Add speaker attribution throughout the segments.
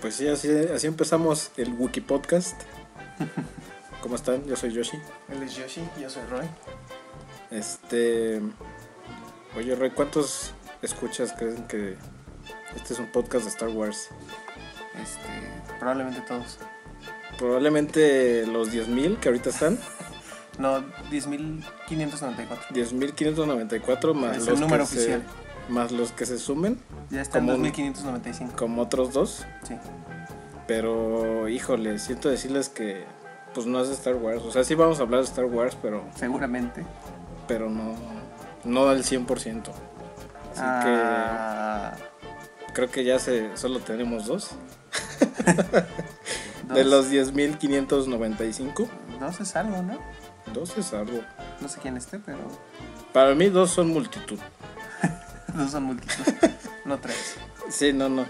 Speaker 1: Pues sí, así, así empezamos el Wiki Podcast. ¿Cómo están? Yo soy Yoshi.
Speaker 2: Él es Yoshi, yo soy Roy.
Speaker 1: Este. Oye, Roy, ¿cuántos escuchas creen que este es un podcast de Star Wars?
Speaker 2: Este, probablemente todos.
Speaker 1: Probablemente los 10.000 que ahorita están.
Speaker 2: No, 10.594.
Speaker 1: 10.594 más,
Speaker 2: Es el
Speaker 1: los
Speaker 2: número
Speaker 1: que se-
Speaker 2: oficial.
Speaker 1: más los que se sumen,
Speaker 2: Ya está en
Speaker 1: Como un-
Speaker 2: 2.595.
Speaker 1: como otros dos.
Speaker 2: Sí.
Speaker 1: Pero, híjole, siento decirles que pues no es de Star Wars. O sea, sí vamos a hablar de Star Wars, pero,
Speaker 2: Seguramente.
Speaker 1: pero no, no al 100%. Así
Speaker 2: Ah,
Speaker 1: que creo que ya se, solo tenemos dos.
Speaker 2: dos.
Speaker 1: De los 10.595,
Speaker 2: Dos es algo, ¿no?
Speaker 1: dos es algo.
Speaker 2: No sé quién esté, pero
Speaker 1: Para mí dos son multitud.
Speaker 2: dos son múltiples. no tres.
Speaker 1: Sí, no, no.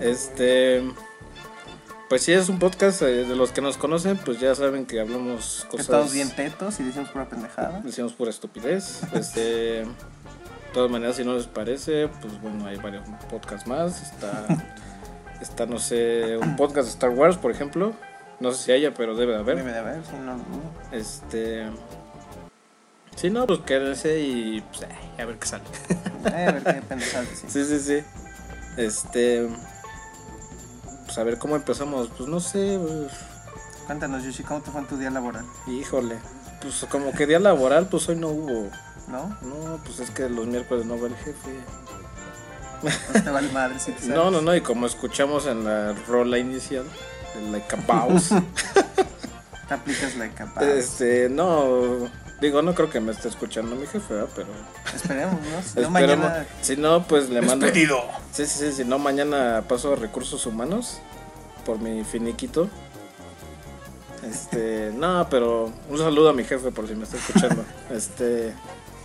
Speaker 1: Este... Pues sí, es un podcast eh, de los que nos conocen, pues ya saben que hablamos
Speaker 2: Que
Speaker 1: cosas...
Speaker 2: Estamos bien tetos y decimos pura pendejada.
Speaker 1: decimos pura estupidez. Este, de todas maneras, si no les parece, pues bueno, hay varios podcasts más. Está, está no sé, un podcast de Star Wars, por ejemplo. No sé si haya, pero debe de haber.
Speaker 2: Debe de haber, si no, no.
Speaker 1: Este, si no, pues quédense y pues, ay, a ver qué sale.
Speaker 2: Eh, a ver qué pendejadas decimos.
Speaker 1: Sí, sí, sí. Este, pues a ver cómo empezamos. Pues no sé, pues,
Speaker 2: Cuéntanos, Yoshi, ¿cómo te fue en tu día laboral?
Speaker 1: híjole. Pues como que día laboral, pues hoy no hubo.
Speaker 2: ¿No?
Speaker 1: No, pues es que los miércoles no va el jefe.
Speaker 2: No te vale madre si te sales.
Speaker 1: No, no, no, y como escuchamos en la rola inicial, de Like a Boss,
Speaker 2: Te aplicas la capa.
Speaker 1: este, no, digo, no creo que me esté escuchando mi jefe, ¿verdad? pero
Speaker 2: Esperemos, ¿no? Si no,
Speaker 1: esperemos.
Speaker 2: mañana.
Speaker 1: Si no, pues le mando... Sí, sí, sí, si no, mañana paso a Recursos Humanos por mi finiquito. Este, no, pero un saludo a mi jefe por si me está escuchando. Este,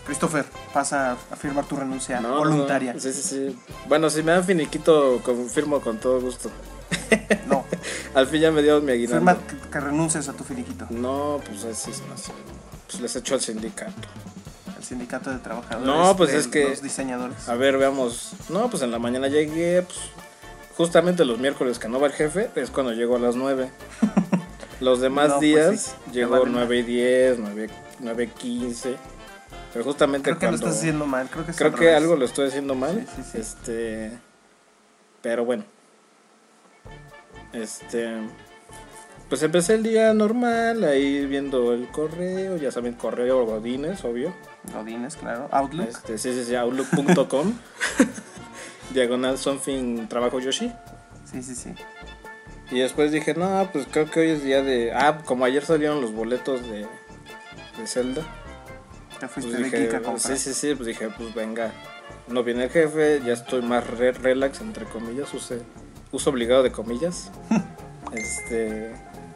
Speaker 2: Christopher, pasa a firmar tu renuncia
Speaker 1: no, no,
Speaker 2: voluntaria.
Speaker 1: no,
Speaker 2: No,
Speaker 1: sí, sí, sí. Bueno, si me dan finiquito, confirmo con todo gusto. Al fin ya me dio mi aguinaldo.
Speaker 2: firma que, que renuncies a tu finiquito.
Speaker 1: No, pues es, es más. Pues les echo al sindicato.
Speaker 2: El sindicato de trabajadores.
Speaker 1: No, pues
Speaker 2: de
Speaker 1: es que-
Speaker 2: Los diseñadores.
Speaker 1: A ver, veamos. No, pues en la mañana llegué, pues justamente los miércoles que no va el jefe, es cuando llego a las 9. Los demás
Speaker 2: No, pues
Speaker 1: días
Speaker 2: sí, te
Speaker 1: llegó
Speaker 2: vale
Speaker 1: 9 y 10, 9, 9 y 15. Pero justamente
Speaker 2: Creo que lo
Speaker 1: cuando
Speaker 2: estás haciendo mal. Creo que es
Speaker 1: creo
Speaker 2: al
Speaker 1: que
Speaker 2: revés.
Speaker 1: algo lo estoy haciendo mal,
Speaker 2: Sí, sí, sí.
Speaker 1: este pero bueno. Este pues empecé el día normal ahí viendo el correo, ya saben, correo Godines, obvio.
Speaker 2: Godínez, claro. Outlook.
Speaker 1: Este, sí, sí, sí, outlook.com. Diagonal something trabajo Yoshi.
Speaker 2: Sí, sí, sí.
Speaker 1: Y después dije, no, pues creo que hoy es día de. Ah, como ayer salieron los boletos de, de Zelda.
Speaker 2: Te fuiste
Speaker 1: Pues
Speaker 2: de
Speaker 1: dije,
Speaker 2: geek a
Speaker 1: sí,
Speaker 2: comprar.
Speaker 1: sí, sí, pues dije, pues venga. No viene el jefe, ya estoy más re- relax, entre comillas, use- uso obligado de comillas. este.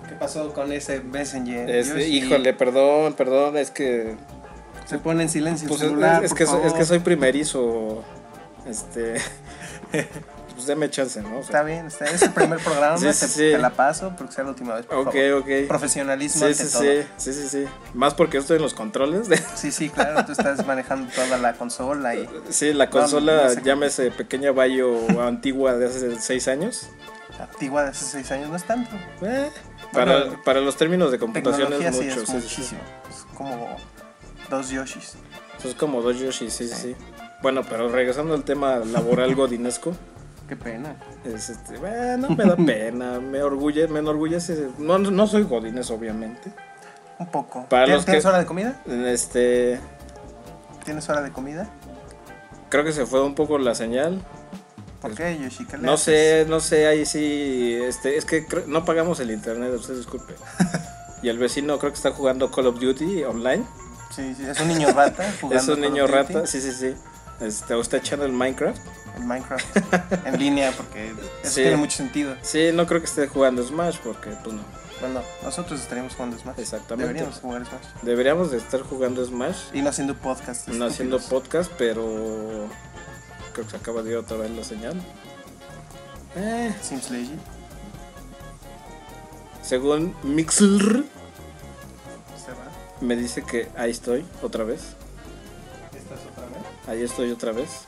Speaker 2: ¿Qué pasó con ese Messenger?
Speaker 1: este,
Speaker 2: Yoshi?
Speaker 1: híjole, perdón, perdón, es que.
Speaker 2: Se pone en silencio
Speaker 1: Pues
Speaker 2: el
Speaker 1: es,
Speaker 2: celular.
Speaker 1: es
Speaker 2: por
Speaker 1: que, so- es
Speaker 2: favor.
Speaker 1: que soy primerizo. Este. pues deme chance, ¿no? O sea,
Speaker 2: Está bien, está es el primer programa.
Speaker 1: Sí,
Speaker 2: te,
Speaker 1: sí, sí.
Speaker 2: te la paso porque sea la última vez. Por
Speaker 1: Ok,
Speaker 2: favor.
Speaker 1: ok.
Speaker 2: Profesionalismo
Speaker 1: Sí,
Speaker 2: ante
Speaker 1: sí,
Speaker 2: todo.
Speaker 1: sí, sí, sí, sí. Más porque yo estoy en los controles. de-
Speaker 2: Sí, sí, claro, tú estás manejando toda la consola y
Speaker 1: sí, la
Speaker 2: No,
Speaker 1: consola,
Speaker 2: no sé qué-
Speaker 1: llámese pequeña Bayo antigua de hace seis años.
Speaker 2: antigua de hace seis años no es tanto.
Speaker 1: Eh, para,
Speaker 2: Bueno,
Speaker 1: para los términos de computación
Speaker 2: Tecnología
Speaker 1: es
Speaker 2: sí
Speaker 1: mucho.
Speaker 2: es
Speaker 1: sí, sí, sí.
Speaker 2: muchísimo. Es como dos Yoshis.
Speaker 1: Eso es como dos Yoshi, sí, sí,
Speaker 2: Sí.
Speaker 1: sí. Bueno, pero regresando al tema laboral godinesco,
Speaker 2: Qué pena.
Speaker 1: es este, bueno, me da pena, me orgulle, me enorgullece. No, no soy godines, obviamente.
Speaker 2: Un poco.
Speaker 1: Para
Speaker 2: ¿Tien-
Speaker 1: los que-
Speaker 2: ¿Tienes hora de comida?
Speaker 1: Este,
Speaker 2: ¿Tienes hora de comida?
Speaker 1: creo que se fue un poco la señal.
Speaker 2: ¿Por qué, Yoshi? ¿Qué le
Speaker 1: No
Speaker 2: haces?
Speaker 1: sé, no sé, ahí sí, este, es que creo- no pagamos el internet, usted disculpe. Y el vecino creo que está jugando Call of Duty online.
Speaker 2: Sí, sí, es un niño rata jugando.
Speaker 1: es un
Speaker 2: Call of
Speaker 1: niño
Speaker 2: Duty
Speaker 1: rata, sí, sí, sí. Este, o está echando el Minecraft.
Speaker 2: En Minecraft. en línea, porque eso
Speaker 1: Sí.
Speaker 2: tiene mucho sentido.
Speaker 1: Sí, no creo que esté jugando Smash porque, pues no,
Speaker 2: Bueno, nosotros estaríamos jugando Smash.
Speaker 1: exactamente.
Speaker 2: Deberíamos jugar Smash.
Speaker 1: Deberíamos de estar jugando Smash,
Speaker 2: Y no haciendo podcast.
Speaker 1: no haciendo
Speaker 2: estúpidos.
Speaker 1: podcast, pero creo que se acaba de ir otra vez la señal. Eh,
Speaker 2: Sims Legend.
Speaker 1: según Mixlr,
Speaker 2: Se va.
Speaker 1: me dice que ahí estoy otra vez.
Speaker 2: ¿Estás otra vez?
Speaker 1: Ahí estoy otra vez.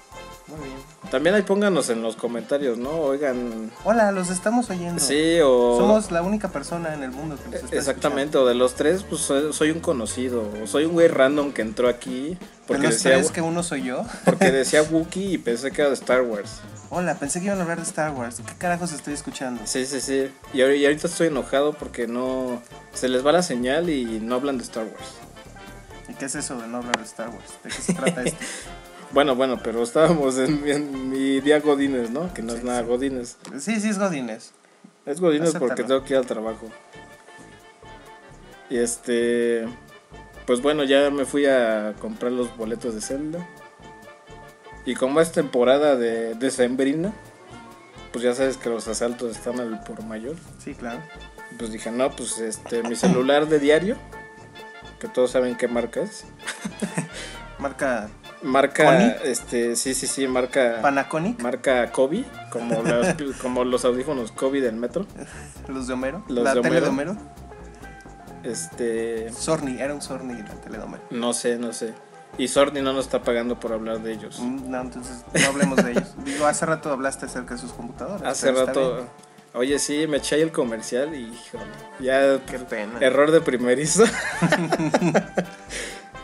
Speaker 2: Muy bien.
Speaker 1: También ahí pónganos en los comentarios, ¿no? Oigan,
Speaker 2: Hola, los estamos oyendo.
Speaker 1: sí o... e,
Speaker 2: Somos la única persona en el mundo que nos está
Speaker 1: Exactamente, o de los tres, pues soy soy un conocido, o soy un güey random que entró aquí
Speaker 2: Porque
Speaker 1: porque
Speaker 2: los
Speaker 1: decía,
Speaker 2: tres que uno soy yo.
Speaker 1: porque decía Wookiee y pensé que era de Star Wars.
Speaker 2: Hola, pensé que iban a hablar de Star Wars. ¿Qué carajos estoy escuchando?
Speaker 1: Sí, sí, sí. Y, ahor- y ahorita estoy enojado porque no... Se les va la señal y no hablan de Star Wars.
Speaker 2: ¿Y qué es eso de no hablar de Star Wars? ¿De qué se trata esto?
Speaker 1: Bueno, bueno, pero estábamos en, en mi día Godines, ¿no? Que no es
Speaker 2: Sí,
Speaker 1: nada
Speaker 2: sí.
Speaker 1: Godines.
Speaker 2: Sí, sí, es Godines.
Speaker 1: Es Godines
Speaker 2: Acéptalo.
Speaker 1: porque tengo que ir al trabajo. Y este. Pues bueno, ya me fui a comprar los boletos de Zelda. Y como es temporada de decembrina, pues ya sabes que los asaltos están al por mayor.
Speaker 2: Sí, claro.
Speaker 1: Pues dije, no, pues este, mi celular de diario, que todos saben qué marca es.
Speaker 2: Marca
Speaker 1: Marca, este, sí, sí, sí, marca.
Speaker 2: Panaconic,
Speaker 1: Marca Kobe, como, las- como los audífonos Kobe del metro.
Speaker 2: los de Homero.
Speaker 1: Los
Speaker 2: la
Speaker 1: de
Speaker 2: tele de
Speaker 1: Homero.
Speaker 2: Homero.
Speaker 1: Este.
Speaker 2: Sorny, era un Sorny la tele de Homero.
Speaker 1: No sé, no sé. Y Sorni no nos está pagando por hablar de ellos.
Speaker 2: Mm, No, entonces no hablemos de ellos. Digo, hace rato hablaste acerca de sus computadoras.
Speaker 1: Hace
Speaker 2: pues, pero está
Speaker 1: rato.
Speaker 2: bien.
Speaker 1: Oye, sí, me eché ahí el comercial y híjole. Ya.
Speaker 2: Qué pena.
Speaker 1: Error de primerizo.
Speaker 2: ya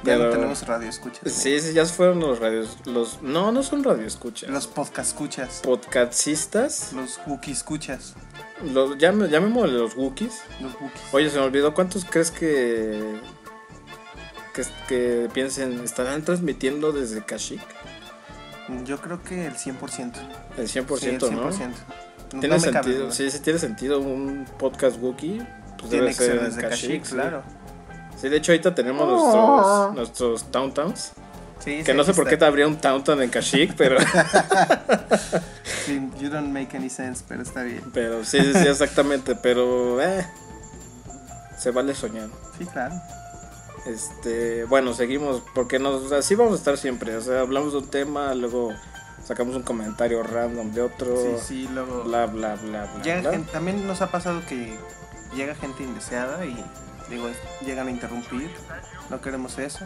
Speaker 1: pero-
Speaker 2: no tenemos radio escuchas. ¿eh?
Speaker 1: sí, sí, ya fueron los radios. Los. No, no son radioescuchas.
Speaker 2: Los podcast escuchas.
Speaker 1: podcastistas.
Speaker 2: Los wookie escuchas.
Speaker 1: Los, llam- llamémosle los Wookiees.
Speaker 2: Los wookies.
Speaker 1: Oye, se me olvidó, ¿cuántos crees que, que, que piensen, estarán transmitiendo desde Kashik?
Speaker 2: Yo creo que el 100%.
Speaker 1: El 100%,
Speaker 2: Sí, el
Speaker 1: ¿no?
Speaker 2: 100%. No,
Speaker 1: Tiene
Speaker 2: no me
Speaker 1: sentido,
Speaker 2: cabe duda.
Speaker 1: sí, sí tiene sentido un podcast Wookiee. Pues
Speaker 2: Tiene
Speaker 1: debe
Speaker 2: que
Speaker 1: ser,
Speaker 2: ser
Speaker 1: en
Speaker 2: desde
Speaker 1: Kashyyyk,
Speaker 2: Kashyyyk,
Speaker 1: sí.
Speaker 2: claro.
Speaker 1: Sí, de hecho ahorita tenemos
Speaker 2: Oh.
Speaker 1: nuestros, nuestros Towntowns.
Speaker 2: Sí,
Speaker 1: Que
Speaker 2: sí,
Speaker 1: no sé
Speaker 2: aquí
Speaker 1: por qué te
Speaker 2: está.
Speaker 1: habría un Towntown en Kashyyyk, pero,
Speaker 2: Sí, you don't make any sense, pero está bien.
Speaker 1: pero sí, sí, sí, exactamente. Pero eh, se vale soñar.
Speaker 2: Sí, claro.
Speaker 1: Este, bueno, seguimos porque nos así vamos a estar siempre, o sea, hablamos de un tema, luego sacamos un comentario random de otro,
Speaker 2: Sí, sí, luego.
Speaker 1: bla bla bla bla.
Speaker 2: Llega
Speaker 1: bla.
Speaker 2: gente- también nos ha pasado que llega gente indeseada y digo, llegan a interrumpir. No queremos eso.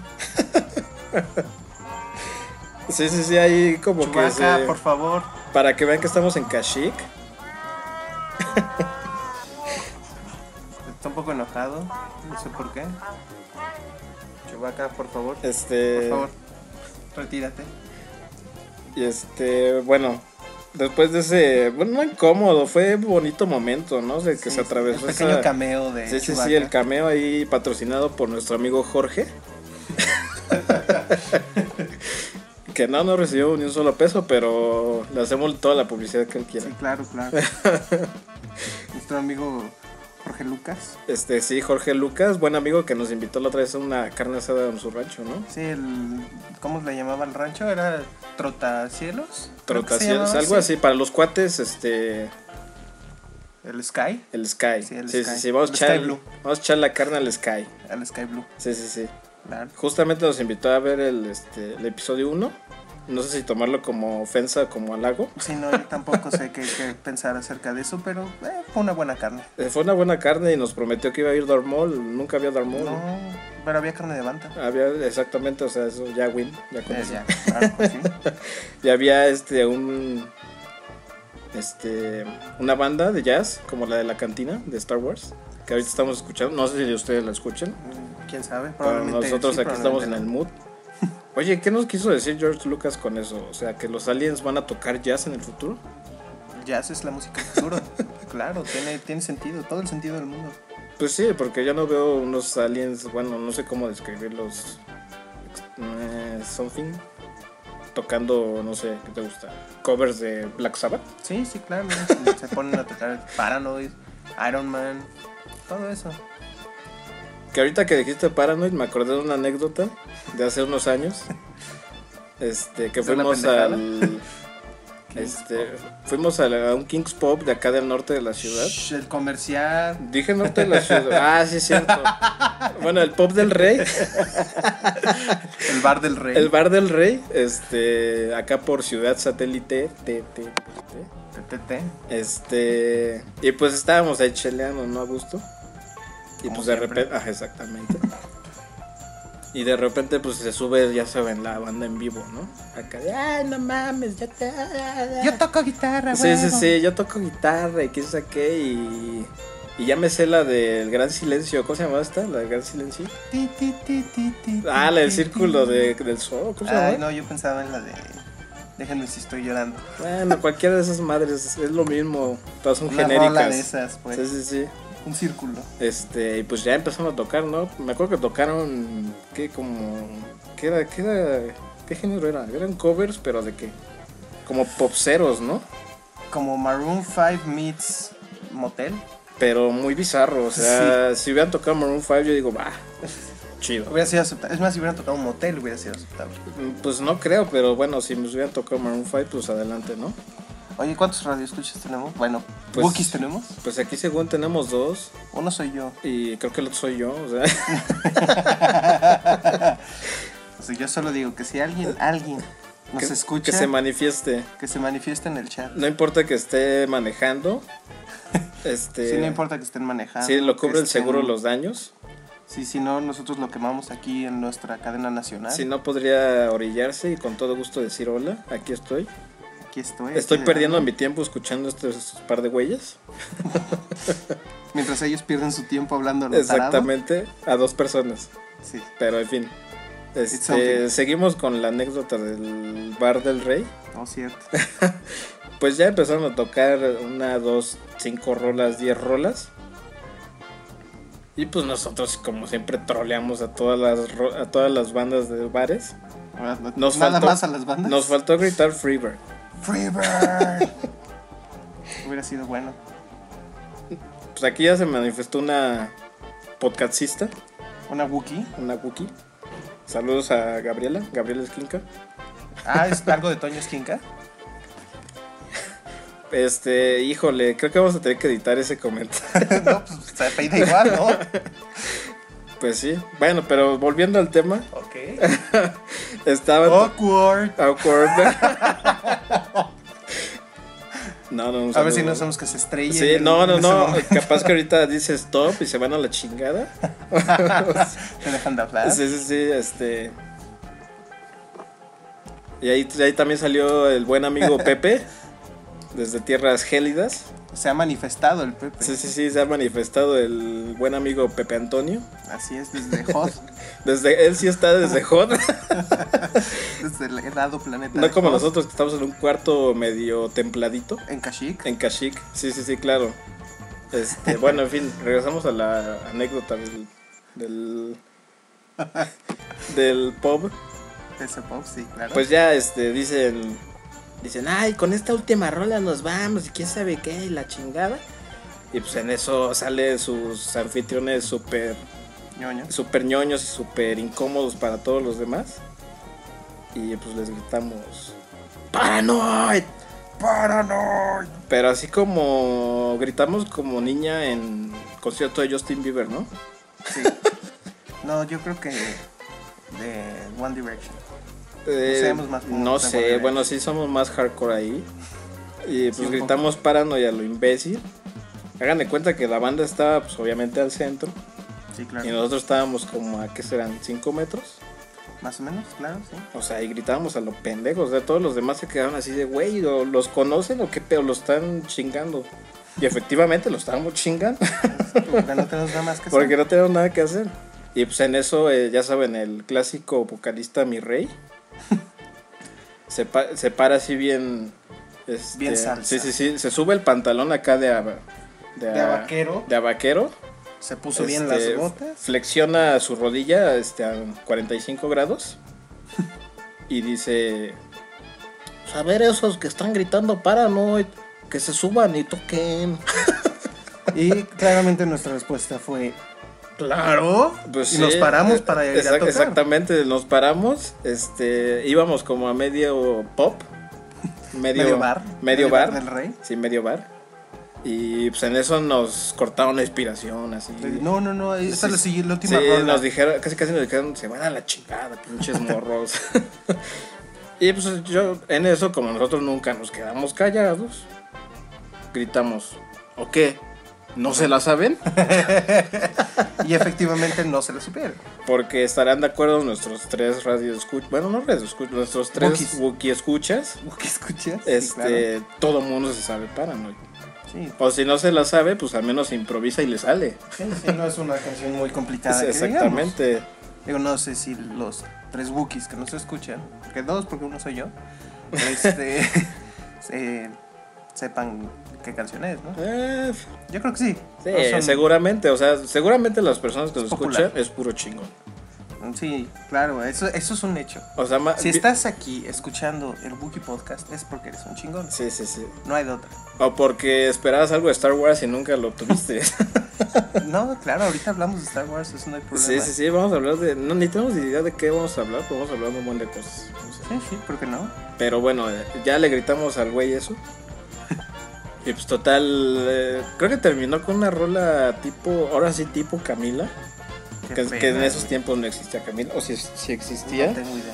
Speaker 1: Sí, sí, sí, ahí como que
Speaker 2: Chewbacca,
Speaker 1: se-
Speaker 2: por favor.
Speaker 1: para que vean que estamos en Kashik.
Speaker 2: Está un poco enojado. No sé por qué. Chubaca, por favor.
Speaker 1: Este,
Speaker 2: Por favor. Retírate.
Speaker 1: y este, bueno, después de ese, bueno, no incómodo, fue bonito momento, ¿no? De que
Speaker 2: Sí,
Speaker 1: se atravesó
Speaker 2: El pequeño
Speaker 1: esa-
Speaker 2: cameo de
Speaker 1: Sí, sí, sí,
Speaker 2: Chewbacca.
Speaker 1: el cameo ahí patrocinado por nuestro amigo Jorge. que no, no recibió ni un solo peso, pero le hacemos toda la publicidad que él quiera.
Speaker 2: Sí, claro, claro. Nuestro amigo Jorge Lucas.
Speaker 1: Este, sí, Jorge Lucas, buen amigo que nos invitó la otra vez a una carne asada en su rancho, ¿no?
Speaker 2: Sí, el, ¿cómo le llamaba el rancho? ¿Era Trotacielos? Creo que se
Speaker 1: Trotacielos,
Speaker 2: llamaba
Speaker 1: algo así. Para los cuates, este,
Speaker 2: El Sky.
Speaker 1: el Sky. Sí,
Speaker 2: Sí, el
Speaker 1: sí,
Speaker 2: Sky.
Speaker 1: sí, vamos a
Speaker 2: El
Speaker 1: echar,
Speaker 2: Sky Blue.
Speaker 1: vamos a echar la carne al Sky.
Speaker 2: El Sky Blue.
Speaker 1: Sí, sí, sí.
Speaker 2: Claro.
Speaker 1: Justamente nos invitó a ver el, este, el episodio 1. No sé si tomarlo como ofensa o como halago.
Speaker 2: Sí, no, yo tampoco sé qué, qué pensar acerca de eso, pero eh, fue una buena carne.
Speaker 1: Eh, Fue una buena carne y nos prometió que iba a ir Darmol. Nunca había Darmol.
Speaker 2: No, pero había carne de banta.
Speaker 1: Había exactamente, o sea, eso ya win, ya con
Speaker 2: Eh,
Speaker 1: eso.
Speaker 2: ya, claro, pues sí.
Speaker 1: Y había este un este una banda de jazz como la de la cantina de Star Wars, que ahorita estamos escuchando, no sé si ustedes la escuchan,
Speaker 2: Mm, ¿Quién sabe?
Speaker 1: pero
Speaker 2: Probablemente
Speaker 1: nosotros
Speaker 2: sí,
Speaker 1: aquí estamos en el
Speaker 2: probablemente
Speaker 1: mood. Oye, ¿qué nos quiso decir George Lucas con eso? O sea, que los aliens van a tocar jazz en el futuro.
Speaker 2: no. Jazz es la música del futuro. claro, tiene, tiene sentido, todo el sentido del mundo.
Speaker 1: Pues sí, porque yo no veo unos aliens, bueno, no sé cómo describirlos. eh, something. Tocando, no sé, ¿qué te gusta? Covers de Black Sabbath.
Speaker 2: Sí, sí, claro. ¿no? Se ponen a tocar Paranoid, Iron Man, todo eso.
Speaker 1: Que ahorita que dijiste Paranoid, me acordé de una anécdota de hace unos años. Este, que
Speaker 2: ¿De una
Speaker 1: fuimos
Speaker 2: pendejada?
Speaker 1: al. Este, fuimos a, la- a un King's Pop de acá del norte de la ciudad.
Speaker 2: Shh, el comercial.
Speaker 1: Dije norte de la ciudad. Ah, sí, es cierto. Bueno, el Pop del Rey.
Speaker 2: El bar del rey.
Speaker 1: El bar del Rey, este, acá por Ciudad Satélite, te, te, te,
Speaker 2: TTT.
Speaker 1: este, y pues estábamos ahí cheleando, ¿no? A gusto. Y
Speaker 2: Como
Speaker 1: pues de
Speaker 2: siempre.
Speaker 1: repente, ah, exactamente. Y de repente, pues se sube, ya saben, la banda en vivo, ¿no? Acá de, ay, no mames, yo te.
Speaker 2: Yo toco guitarra,
Speaker 1: Sí,
Speaker 2: güey.
Speaker 1: sí, sí, yo toco guitarra y qué saqué y. Y ya me sé la del gran silencio, ¿cómo se llamaba esta? La del gran silencio.
Speaker 2: Ti, ti, ti, ti, ti,
Speaker 1: Ah, la del
Speaker 2: ti,
Speaker 1: círculo
Speaker 2: ti.
Speaker 1: de, del sol, ¿cómo se
Speaker 2: Ay,
Speaker 1: llama?
Speaker 2: no, yo pensaba en la de. Déjenme si estoy llorando.
Speaker 1: Bueno, cualquiera de esas madres, es lo mismo, todas son
Speaker 2: Una rola de
Speaker 1: genéricas.
Speaker 2: esas, pues.
Speaker 1: Sí, sí, sí.
Speaker 2: Un círculo.
Speaker 1: Este, y pues ya empezaron a tocar, ¿no? Me acuerdo que tocaron, ¿qué? Como, ¿qué era? ¿Qué, era, qué género era? Eran covers, pero ¿de qué? Como popseros, ¿no?
Speaker 2: Como Maroon 5 meets Motel.
Speaker 1: Pero muy bizarro, o sea, si hubieran tocado Maroon 5 yo digo, va, chido.
Speaker 2: Hubiera sido aceptable. Es más, si hubieran tocado un motel, hubiera sido aceptable.
Speaker 1: Pues no creo, pero bueno, si me hubieran tocado Maroon 5, pues adelante, ¿no?
Speaker 2: Oye, ¿cuántos radioescuchas tenemos? Bueno,
Speaker 1: Pues-
Speaker 2: Wookiees tenemos.
Speaker 1: Pues aquí según tenemos dos,
Speaker 2: Uno soy yo.
Speaker 1: y creo que el otro soy yo, o sea,
Speaker 2: O sea, yo solo digo que si alguien, alguien nos
Speaker 1: que-
Speaker 2: escucha,
Speaker 1: que
Speaker 2: que
Speaker 1: se
Speaker 2: se,
Speaker 1: manifieste.
Speaker 2: manifieste en el chat.
Speaker 1: No importa que esté manejando, este...
Speaker 2: Sí, no importa que estén manejando.
Speaker 1: Sí, lo
Speaker 2: que
Speaker 1: cubre el
Speaker 2: estén-
Speaker 1: seguro los daños.
Speaker 2: Sí, si no, nosotros lo quemamos aquí en nuestra cadena nacional.
Speaker 1: Si no, podría orillarse y con todo gusto decir hola, aquí estoy.
Speaker 2: Aquí estoy.
Speaker 1: Estoy
Speaker 2: aquí le
Speaker 1: perdiendo
Speaker 2: damos.
Speaker 1: mi tiempo escuchando estos par de huellas.
Speaker 2: Mientras ellos pierden su tiempo hablando a los tarados.
Speaker 1: Exactamente, a dos personas.
Speaker 2: Sí.
Speaker 1: Pero en fin,
Speaker 2: It's
Speaker 1: este,
Speaker 2: something.
Speaker 1: seguimos con la anécdota del bar del rey.
Speaker 2: No es cierto.
Speaker 1: Pues ya empezaron a tocar una, dos, cinco rolas, diez rolas. Y pues nosotros, como siempre, troleamos a todas las, ro- a todas las bandas de bares. Nos
Speaker 2: Nada
Speaker 1: faltó-
Speaker 2: más a las bandas.
Speaker 1: Nos faltó gritar Freebird.
Speaker 2: Freebird. Hubiera sido bueno.
Speaker 1: Pues aquí ya se manifestó una podcastista,
Speaker 2: Una Wookiee.
Speaker 1: una Wookie. Saludos a Gabriela, Gabriela Esquinca.
Speaker 2: Ah, es algo de Toño Esquinca.
Speaker 1: Este, híjole, creo que vamos a tener que editar ese comentario.
Speaker 2: no, pues se apellida igual, ¿no?
Speaker 1: Pues sí. Bueno, pero volviendo al tema,
Speaker 2: Ok.
Speaker 1: estaban
Speaker 2: Awkward.
Speaker 1: awkward. no, no, un
Speaker 2: A
Speaker 1: saludo.
Speaker 2: ver si no somos que se estrellen.
Speaker 1: Sí,
Speaker 2: en-
Speaker 1: no, no,
Speaker 2: en ese
Speaker 1: no.
Speaker 2: momento.
Speaker 1: Capaz que ahorita dice stop y se van a la chingada.
Speaker 2: Te dejan de hablar.
Speaker 1: Sí, sí, sí, este. Y ahí, ahí también salió el buen amigo Pepe, desde tierras gélidas.
Speaker 2: Se ha manifestado el Pepe.
Speaker 1: Sí, sí, sí, se ha manifestado el buen amigo Pepe Antonio.
Speaker 2: Así es, desde Hot,
Speaker 1: Desde, él sí está desde Hot,
Speaker 2: desde el helado planeta.
Speaker 1: no
Speaker 2: de
Speaker 1: como
Speaker 2: Hoth,
Speaker 1: nosotros que estamos en un cuarto medio templadito,
Speaker 2: En Kashik.
Speaker 1: en Kashik. Sí, sí, sí, claro. Este, bueno, en fin, regresamos a la anécdota del, del, del pub.
Speaker 2: Ese pop, sí, claro.
Speaker 1: Pues ya, este, dicen, dicen, ay, con esta última rola nos vamos y quién sabe qué, y la chingada. Y pues en eso sale sus anfitriones súper,
Speaker 2: ñoño.
Speaker 1: súper ñoños y súper incómodos para todos los demás. Y pues les gritamos, ¡Paranoid!
Speaker 2: Paranoid.
Speaker 1: Pero así como gritamos como niña en concierto de Justin Bieber, ¿no?
Speaker 2: Sí. No, yo creo que de One Direction.
Speaker 1: Eh,
Speaker 2: seamos más como
Speaker 1: no
Speaker 2: One
Speaker 1: sé,
Speaker 2: Direction.
Speaker 1: bueno, sí somos más hardcore ahí. Y pues
Speaker 2: un poco.
Speaker 1: gritamos paranoia a lo imbécil. Hagan de cuenta que la banda estaba pues obviamente al centro
Speaker 2: Sí, claro.
Speaker 1: y nosotros estábamos como a qué serán 5 metros.
Speaker 2: Más o menos, claro, sí.
Speaker 1: O sea, y gritábamos a los pendejos. O sea, todos los demás se quedaron así de, güey, ¿lo- ¿los conocen o qué pedo? Lo están chingando. Y efectivamente lo estábamos chingando
Speaker 2: Porque no tenemos nada más que
Speaker 1: porque
Speaker 2: hacer.
Speaker 1: no teníamos nada que hacer. Y pues en eso, eh, ya saben, el clásico vocalista Mi Rey se, pa- se para así bien. este,
Speaker 2: Bien salsa.
Speaker 1: Sí, sí, sí. Se sube el pantalón acá de a, de,
Speaker 2: De
Speaker 1: a-
Speaker 2: vaquero.
Speaker 1: de a vaquero.
Speaker 2: Se puso bien las
Speaker 1: Este,
Speaker 2: botas.
Speaker 1: Flexiona su rodilla este, a 45 grados. y dice: Saber esos que están gritando Paranoid, que se suban y toquen.
Speaker 2: Y claramente nuestra respuesta fue claro.
Speaker 1: Pues
Speaker 2: y
Speaker 1: sí,
Speaker 2: nos paramos
Speaker 1: eh,
Speaker 2: para ir
Speaker 1: exact-
Speaker 2: a tocar.
Speaker 1: Exactamente, nos paramos, este, íbamos como a medio pop, medio,
Speaker 2: Medio, bar.
Speaker 1: medio, bar,
Speaker 2: del rey.
Speaker 1: sí, medio bar. Y pues en eso nos cortaron la inspiración, así.
Speaker 2: Le di- No, no, no. Esta
Speaker 1: Sí,
Speaker 2: es la, sigui- la última
Speaker 1: Sí,
Speaker 2: ronda.
Speaker 1: nos dijeron, casi casi nos dijeron, se van a la chingada, pinches morros. y pues yo, en eso, como nosotros nunca nos quedamos callados, gritamos, ¿o qué? no se la saben
Speaker 2: Y efectivamente no se la supieron.
Speaker 1: porque estarán de acuerdo nuestros tres radio escuchas, bueno, no radio escuchas, nuestros tres
Speaker 2: Wookies.
Speaker 1: wookie escuchas.
Speaker 2: ¿Qué escuchas? Sí,
Speaker 1: Este, todo mundo se sabe Paranoid.
Speaker 2: claro. Sí, pues,
Speaker 1: O si no se la sabe, pues al menos improvisa y le sale.
Speaker 2: sí, sí, no es una canción muy complicada.
Speaker 1: Es-
Speaker 2: que digamos.
Speaker 1: exactamente.
Speaker 2: Digo, no sé si los tres Wookiees que nos escuchan, que dos, porque uno soy yo, este, se- sepan qué canción es, ¿no?
Speaker 1: Eh,
Speaker 2: Yo creo que sí.
Speaker 1: sí,
Speaker 2: No son-
Speaker 1: seguramente, o sea, seguramente las personas que
Speaker 2: Es
Speaker 1: nos
Speaker 2: popular.
Speaker 1: escuchan es puro chingón.
Speaker 2: Sí, claro, eso, eso es un hecho.
Speaker 1: O sea, ma-
Speaker 2: Si
Speaker 1: vi-
Speaker 2: estás aquí escuchando el Wookiee Podcast es porque eres un chingón.
Speaker 1: Sí, sí, sí.
Speaker 2: No hay de otra.
Speaker 1: O porque esperabas algo de Star Wars y nunca lo obtuviste.
Speaker 2: No, claro, ahorita hablamos de Star Wars, eso no hay problema.
Speaker 1: sí, sí, sí, vamos a hablar de... No, ni tenemos ni idea de qué vamos a hablar, pero vamos a hablar de un montón de cosas. O sea,
Speaker 2: Sí, sí, ¿por qué no?
Speaker 1: Pero bueno, eh, ya le gritamos al güey eso. Y pues total, eh, creo que terminó con una rola tipo, ahora sí tipo Camila,
Speaker 2: Qué
Speaker 1: que, que en
Speaker 2: pena,
Speaker 1: esos
Speaker 2: güey.
Speaker 1: tiempos no existía Camila, o si, si
Speaker 2: No
Speaker 1: existía.
Speaker 2: tengo idea.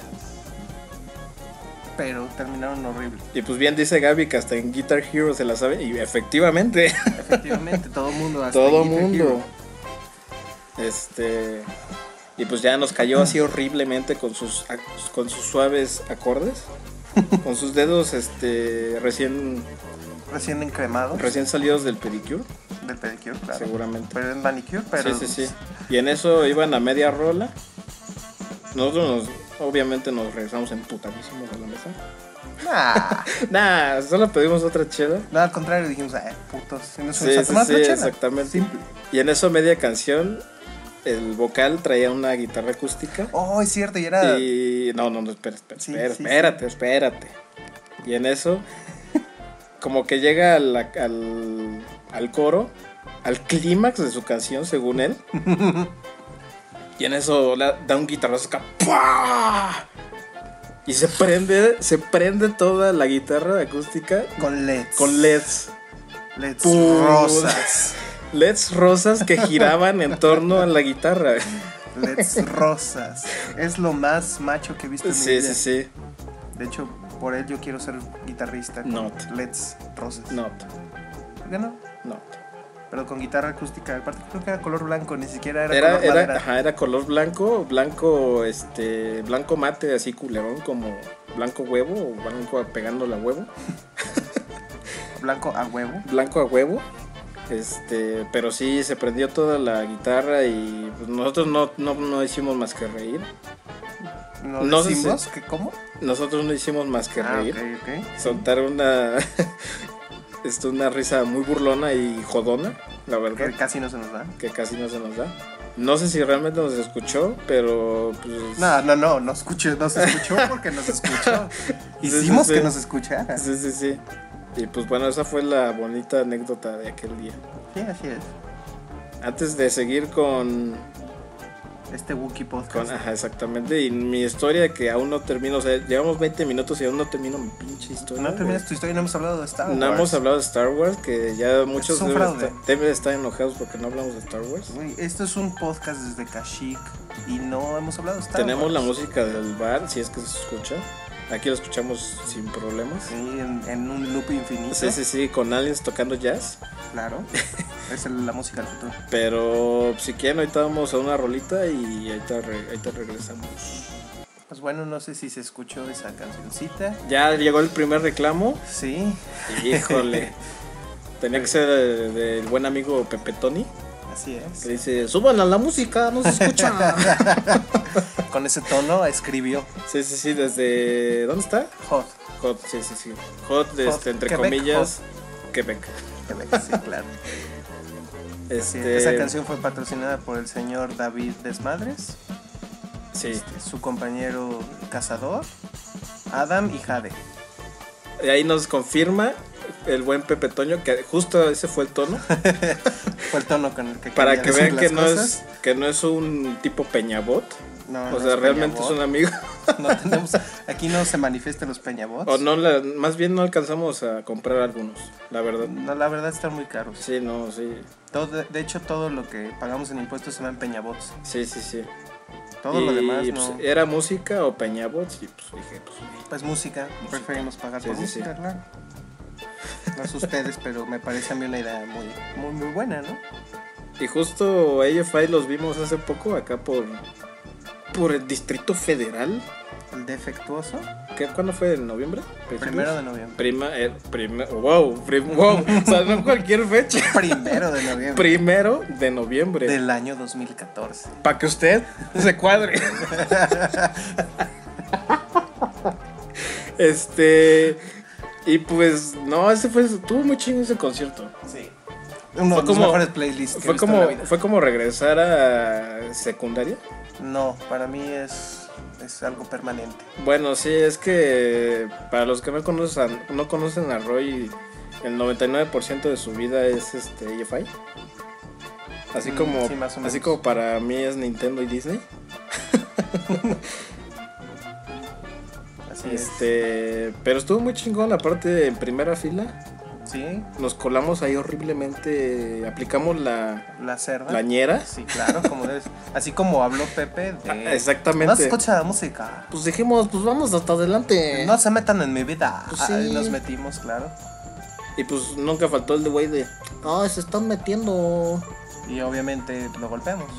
Speaker 2: Pero terminaron horrible.
Speaker 1: Y pues bien dice Gaby que hasta en Guitar Hero se la sabe, y efectivamente,
Speaker 2: Efectivamente, todo mundo. hasta
Speaker 1: todo
Speaker 2: Guitar
Speaker 1: mundo.
Speaker 2: Hero.
Speaker 1: Este... Y pues ya nos cayó así horriblemente con sus, ac- con sus suaves acordes, con sus dedos este, recién,
Speaker 2: Recién encremado.
Speaker 1: recién salidos del pedicure,
Speaker 2: Del pedicure, claro.
Speaker 1: seguramente.
Speaker 2: Pero en manicure, pero.
Speaker 1: Sí, sí, sí. Y en eso iban a media rola. Nosotros nos- obviamente nos regresamos emputadísimos a la mesa.
Speaker 2: Nah.
Speaker 1: Nah, solo pedimos otra chela.
Speaker 2: No, al contrario, dijimos, eh, putos. Si no
Speaker 1: Sí, sí, sí, exactamente.
Speaker 2: Simple.
Speaker 1: Y en eso media canción, el vocal traía una guitarra acústica.
Speaker 2: Oh, es cierto, y era.
Speaker 1: Y no, no, no, espera, espera,
Speaker 2: Sí,
Speaker 1: espera,
Speaker 2: sí, sí.
Speaker 1: espérate, espérate. Y en eso, como que llega a la- al, al coro, al clímax de su canción, según él. y en eso la- da un guitarrazo acá, ¡pua! Y se prende, se prende toda la guitarra acústica
Speaker 2: Con LEDs.
Speaker 1: con LEDs.
Speaker 2: LEDs
Speaker 1: Puta.
Speaker 2: rosas.
Speaker 1: LEDs rosas que giraban en torno a la guitarra.
Speaker 2: LEDs rosas. Es lo más macho que he visto en mi
Speaker 1: Sí,
Speaker 2: vida.
Speaker 1: sí, sí.
Speaker 2: De hecho, por él yo quiero ser guitarrista. Con
Speaker 1: Not.
Speaker 2: LEDs rosas.
Speaker 1: Not,
Speaker 2: ¿Por qué no?
Speaker 1: not.
Speaker 2: Pero con guitarra acústica. Aparte, creo que era color blanco, ni siquiera era,
Speaker 1: Era,
Speaker 2: color
Speaker 1: era,
Speaker 2: madera.
Speaker 1: ajá, era color blanco, blanco, este, blanco mate, así culerón, como blanco huevo, o blanco a- pegándole a huevo,
Speaker 2: Blanco a huevo.
Speaker 1: blanco a huevo. Este, pero sí, se prendió toda la guitarra y pues, nosotros no, no, no hicimos más que reír.
Speaker 2: No,
Speaker 1: No sé
Speaker 2: decimos que cómo.
Speaker 1: Nosotros no hicimos más que
Speaker 2: Ah,
Speaker 1: reír.
Speaker 2: ok, ok.
Speaker 1: Soltar una, este, una risa muy burlona y jodona, la verdad.
Speaker 2: Que casi no se nos da.
Speaker 1: que casi no se nos da. No sé si realmente nos escuchó, pero pues,
Speaker 2: No, no, no, no escuché, nos escuchó porque nos escuchó.
Speaker 1: Sí,
Speaker 2: Hicimos
Speaker 1: sí, sí.
Speaker 2: que nos escuchara. Sí,
Speaker 1: Sí, sí, sí. Y pues bueno, esa fue la bonita anécdota de aquel día.
Speaker 2: así es.
Speaker 1: Antes de seguir con...
Speaker 2: Este Wookiee
Speaker 1: con
Speaker 2: Podcast.
Speaker 1: ajá, exactamente. Y mi historia que aún no termino. O sea, llevamos 20 minutos y aún no termino mi pinche historia.
Speaker 2: no
Speaker 1: Ah, güey.
Speaker 2: terminas tu historia, no hemos hablado de Star Wars.
Speaker 1: No hemos hablado de Star Wars, que ya muchos
Speaker 2: es un
Speaker 1: deben
Speaker 2: fraude.
Speaker 1: estar, deben estar enojados porque no hablamos de Star Wars.
Speaker 2: Güey, esto es un podcast desde Kashyyyk y no hemos hablado de Star
Speaker 1: Tenemos
Speaker 2: Wars.
Speaker 1: la música del bar, si es que se escucha. Aquí la escuchamos sin problemas.
Speaker 2: Sí, en, en un loop infinito.
Speaker 1: Sí, sí, sí, con aliens tocando jazz.
Speaker 2: Claro. es el- la música del futuro.
Speaker 1: Pero si quieren, ahorita vamos a una rolita y ahorita, re- ahorita regresamos.
Speaker 2: Pues bueno, no sé si se escuchó esa cancioncita.
Speaker 1: Ya llegó el primer reclamo.
Speaker 2: Sí.
Speaker 1: Híjole. Tenía que ser eh, del buen amigo Pepe Tony.
Speaker 2: Así es.
Speaker 1: Que dice, suban a la música, no se escucha.
Speaker 2: Con ese tono escribió
Speaker 1: sí, sí, sí, desde... ¿Dónde está?
Speaker 2: Hot.
Speaker 1: Hot, sí, sí, sí. Hot, este, entre
Speaker 2: Quebec,
Speaker 1: comillas, Quebec.
Speaker 2: Sí, claro. Sí,
Speaker 1: Este,
Speaker 2: esa canción fue patrocinada por el señor David Desmadres,
Speaker 1: Sí.
Speaker 2: este, su compañero cazador, Adam y Jade.
Speaker 1: Y ahí nos confirma el buen Pepe Toño, que justo ese fue el tono.
Speaker 2: Fue el tono con el que
Speaker 1: Para
Speaker 2: quería
Speaker 1: que
Speaker 2: decir
Speaker 1: vean que
Speaker 2: las
Speaker 1: no, es,
Speaker 2: cosas.
Speaker 1: que no es un tipo peñabot.
Speaker 2: No, no
Speaker 1: o sea,
Speaker 2: es
Speaker 1: realmente
Speaker 2: Peñabot.
Speaker 1: es un amigo.
Speaker 2: No tenemos, aquí no se manifiestan los peñabots.
Speaker 1: O no, la- más bien no alcanzamos a comprar algunos, la verdad.
Speaker 2: No, la verdad están muy caros.
Speaker 1: Sí, no, sí.
Speaker 2: Todo- de hecho, todo lo que pagamos en impuestos se va en peñabots.
Speaker 1: Sí, sí, sí.
Speaker 2: Todo lo
Speaker 1: Y,
Speaker 2: demás
Speaker 1: pues,
Speaker 2: no.
Speaker 1: ¿Era música o peñabots? Y pues dije, pues.
Speaker 2: Pues música, preferimos pagar
Speaker 1: Sí,
Speaker 2: por
Speaker 1: sí, sí.
Speaker 2: música, claro. No sé ustedes, pero me parece a mí una idea muy, muy, muy buena, ¿no?
Speaker 1: Y justo a AFI los vimos hace poco acá por, por el Distrito Federal.
Speaker 2: El defectuoso,
Speaker 1: ¿Qué, ¿Cuándo fue? ¿En noviembre?
Speaker 2: primero de noviembre.
Speaker 1: Prima, eh, prima- wow, prim- wow, o sea, no cualquier fecha.
Speaker 2: Primero de noviembre
Speaker 1: Primero de noviembre.
Speaker 2: del año 2014.
Speaker 1: Para que usted se cuadre. este. Y pues, no, ese fue. Estuvo muy chingo ese concierto.
Speaker 2: Sí. Uno de los
Speaker 1: como-
Speaker 2: mejores playlists que he
Speaker 1: Fue
Speaker 2: visto en la
Speaker 1: como,
Speaker 2: vida.
Speaker 1: fue como regresar a secundaria.
Speaker 2: No, para mí es, es algo permanente.
Speaker 1: Bueno, sí, es que para los que no conocen, no conocen a Roy, el 99% de su vida es este EFI. Así
Speaker 2: Mm,
Speaker 1: como,
Speaker 2: sí, más o
Speaker 1: así
Speaker 2: menos.
Speaker 1: como para mí es Nintendo y Disney.
Speaker 2: Así
Speaker 1: Este, pero estuvo muy chingón la parte en primera fila.
Speaker 2: es. Sí,
Speaker 1: Nos colamos ahí horriblemente, aplicamos la
Speaker 2: la cerda.
Speaker 1: lañera.
Speaker 2: Sí, claro, como debes. Así como habló Pepe
Speaker 1: Ah,
Speaker 2: de. No
Speaker 1: Exactamente.
Speaker 2: escucha la música.
Speaker 1: Pues dijimos, pues vamos hasta adelante.
Speaker 2: No se metan en mi vida.
Speaker 1: Eh. Pues sí.
Speaker 2: Ahí nos metimos, claro.
Speaker 1: Y pues nunca faltó el de güey de, ah, se están metiendo.
Speaker 2: Y obviamente lo golpeamos.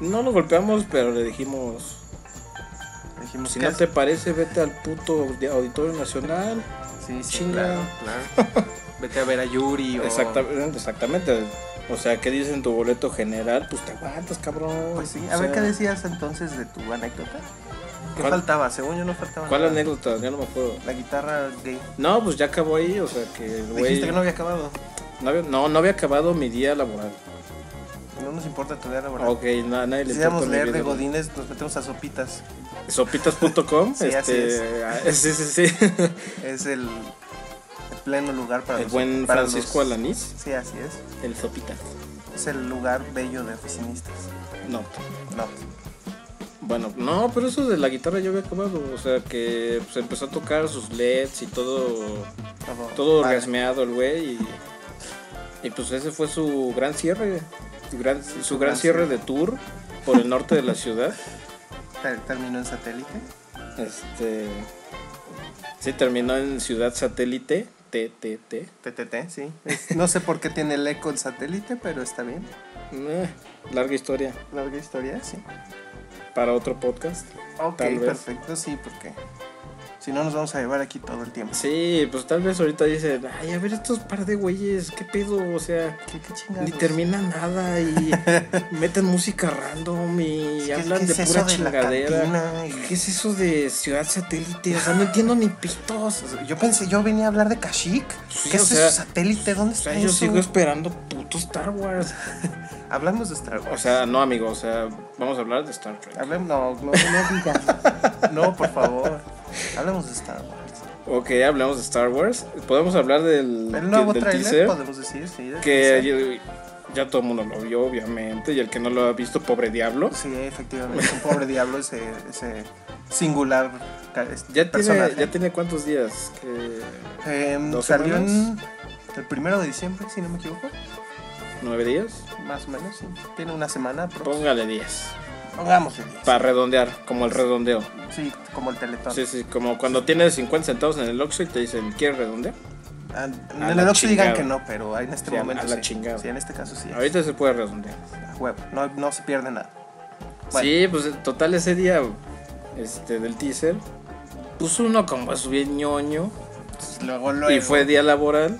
Speaker 1: No lo golpeamos, pero le dijimos,
Speaker 2: Dijimos
Speaker 1: si
Speaker 2: que
Speaker 1: no te parece, vete al puto de Auditorio Nacional.
Speaker 2: Sí, sí,
Speaker 1: Chinga.
Speaker 2: claro, claro. Vete a ver a Yuri o...
Speaker 1: Exactamente, exactamente. O sea, ¿qué dicen tu boleto general? Pues te aguantas, cabrón.
Speaker 2: Pues sí, a
Speaker 1: O sea,
Speaker 2: ver qué decías entonces de tu anécdota. ¿Qué
Speaker 1: ¿Cuál-
Speaker 2: faltaba? Según yo no faltaba
Speaker 1: ¿Cuál
Speaker 2: nada.
Speaker 1: anécdota? Ya no me acuerdo.
Speaker 2: La guitarra gay.
Speaker 1: No, pues ya acabó ahí, o sea que, el güey.
Speaker 2: Dijiste que no había acabado.
Speaker 1: no había- no, no había acabado mi día laboral.
Speaker 2: No nos importa tu idea laboral.
Speaker 1: Ok, na- nadie le importa
Speaker 2: Quisiéramos
Speaker 1: mi
Speaker 2: leer
Speaker 1: vida
Speaker 2: de
Speaker 1: laboral.
Speaker 2: Godines, nos metemos a sopitas.
Speaker 1: Sopitas.com.
Speaker 2: Sí, así
Speaker 1: este, ah, sí, sí, sí.
Speaker 2: Es el, el pleno lugar para
Speaker 1: El
Speaker 2: los-
Speaker 1: buen
Speaker 2: para
Speaker 1: Francisco
Speaker 2: los-
Speaker 1: Alanís.
Speaker 2: Sí, así es.
Speaker 1: El Sopitas.
Speaker 2: Es el lugar bello de oficinistas.
Speaker 1: No.
Speaker 2: No.
Speaker 1: Bueno, no, pero eso de la guitarra ya había acabado. O sea que pues, empezó a tocar sus LEDs y todo.
Speaker 2: Todo,
Speaker 1: Todo
Speaker 2: padre.
Speaker 1: orgasmeado el güey. Y, y, pues ese fue su gran cierre. Su gran, su gran
Speaker 2: gran
Speaker 1: cierre de tour por el norte de la ciudad.
Speaker 2: Ter- Terminó en satélite.
Speaker 1: Este. Sí, terminó en Ciudad Satélite. TTT.
Speaker 2: TTT, sí. Es- no sé por qué tiene el eco el satélite, pero está bien.
Speaker 1: Eh, larga historia.
Speaker 2: Larga historia, sí.
Speaker 1: Para otro podcast.
Speaker 2: Ok,
Speaker 1: Tal vez.
Speaker 2: perfecto, sí, porque si no nos vamos a llevar aquí todo el tiempo.
Speaker 1: Sí, pues tal vez ahorita dicen, ay, a ver estos par de güeyes, qué pedo, o sea,
Speaker 2: ¿Qué, qué
Speaker 1: ni terminan nada y meten música random y
Speaker 2: ¿Qué-
Speaker 1: hablan
Speaker 2: qué
Speaker 1: de
Speaker 2: es eso
Speaker 1: pura
Speaker 2: de la
Speaker 1: chingadera.
Speaker 2: cantina? Y-
Speaker 1: ¿Qué es eso de ciudad satélite? O sea, no entiendo ni pitos.
Speaker 2: o sea, Yo pensé, yo venía a hablar de Kashyyyk.
Speaker 1: Sí,
Speaker 2: ¿Qué
Speaker 1: o
Speaker 2: es
Speaker 1: sea,
Speaker 2: eso satélite? ¿Dónde
Speaker 1: O sea,
Speaker 2: está
Speaker 1: yo
Speaker 2: eso?
Speaker 1: sigo esperando puto Star Wars.
Speaker 2: Hablamos de Star
Speaker 1: O
Speaker 2: Wars.
Speaker 1: sea, no, amigo, o sea, vamos a hablar de Star Trek.
Speaker 2: Hablem- no, no, no digas. no, por favor. Hablemos de Star Wars.
Speaker 1: Ok, hablamos de Star Wars. Podemos hablar del,
Speaker 2: El nuevo
Speaker 1: del
Speaker 2: trailer,
Speaker 1: teaser.
Speaker 2: podemos decir, sí. del
Speaker 1: Que
Speaker 2: teaser.
Speaker 1: ya- ya todo el mundo lo vio, obviamente. Y el que no lo ha visto, pobre diablo.
Speaker 2: Sí, efectivamente. Un pobre diablo ese, ese singular ca- este
Speaker 1: Ya tiene,
Speaker 2: personaje.
Speaker 1: ya tiene cuántos días que.
Speaker 2: Em,
Speaker 1: dos
Speaker 2: salió en el primero de diciembre, si no me equivoco.
Speaker 1: ¿Nueve días?
Speaker 2: Más o menos, sí. Tiene una semana. aprox.
Speaker 1: Póngale 10.
Speaker 2: Pongámosle diez.
Speaker 1: Para redondear, como el redondeo.
Speaker 2: Sí, como el teletón.
Speaker 1: Sí, sí, como cuando tienes 50 centavos en el Oxxo y te dicen, ¿quieres redondear?
Speaker 2: Ah, En
Speaker 1: A
Speaker 2: el
Speaker 1: la
Speaker 2: Oxxo digan
Speaker 1: chingada.
Speaker 2: que no, pero en este
Speaker 1: Sí, a-
Speaker 2: momento
Speaker 1: a la
Speaker 2: sí.
Speaker 1: chingada.
Speaker 2: Sí, en este caso sí. es.
Speaker 1: Ahorita se puede redondear.
Speaker 2: A huevo, no, no se pierde nada. Bueno.
Speaker 1: Sí, pues en total ese día este, del teaser, puso uno como es bien ñoño.
Speaker 2: Entonces, Pues, luego, luego.
Speaker 1: Y fue día laboral.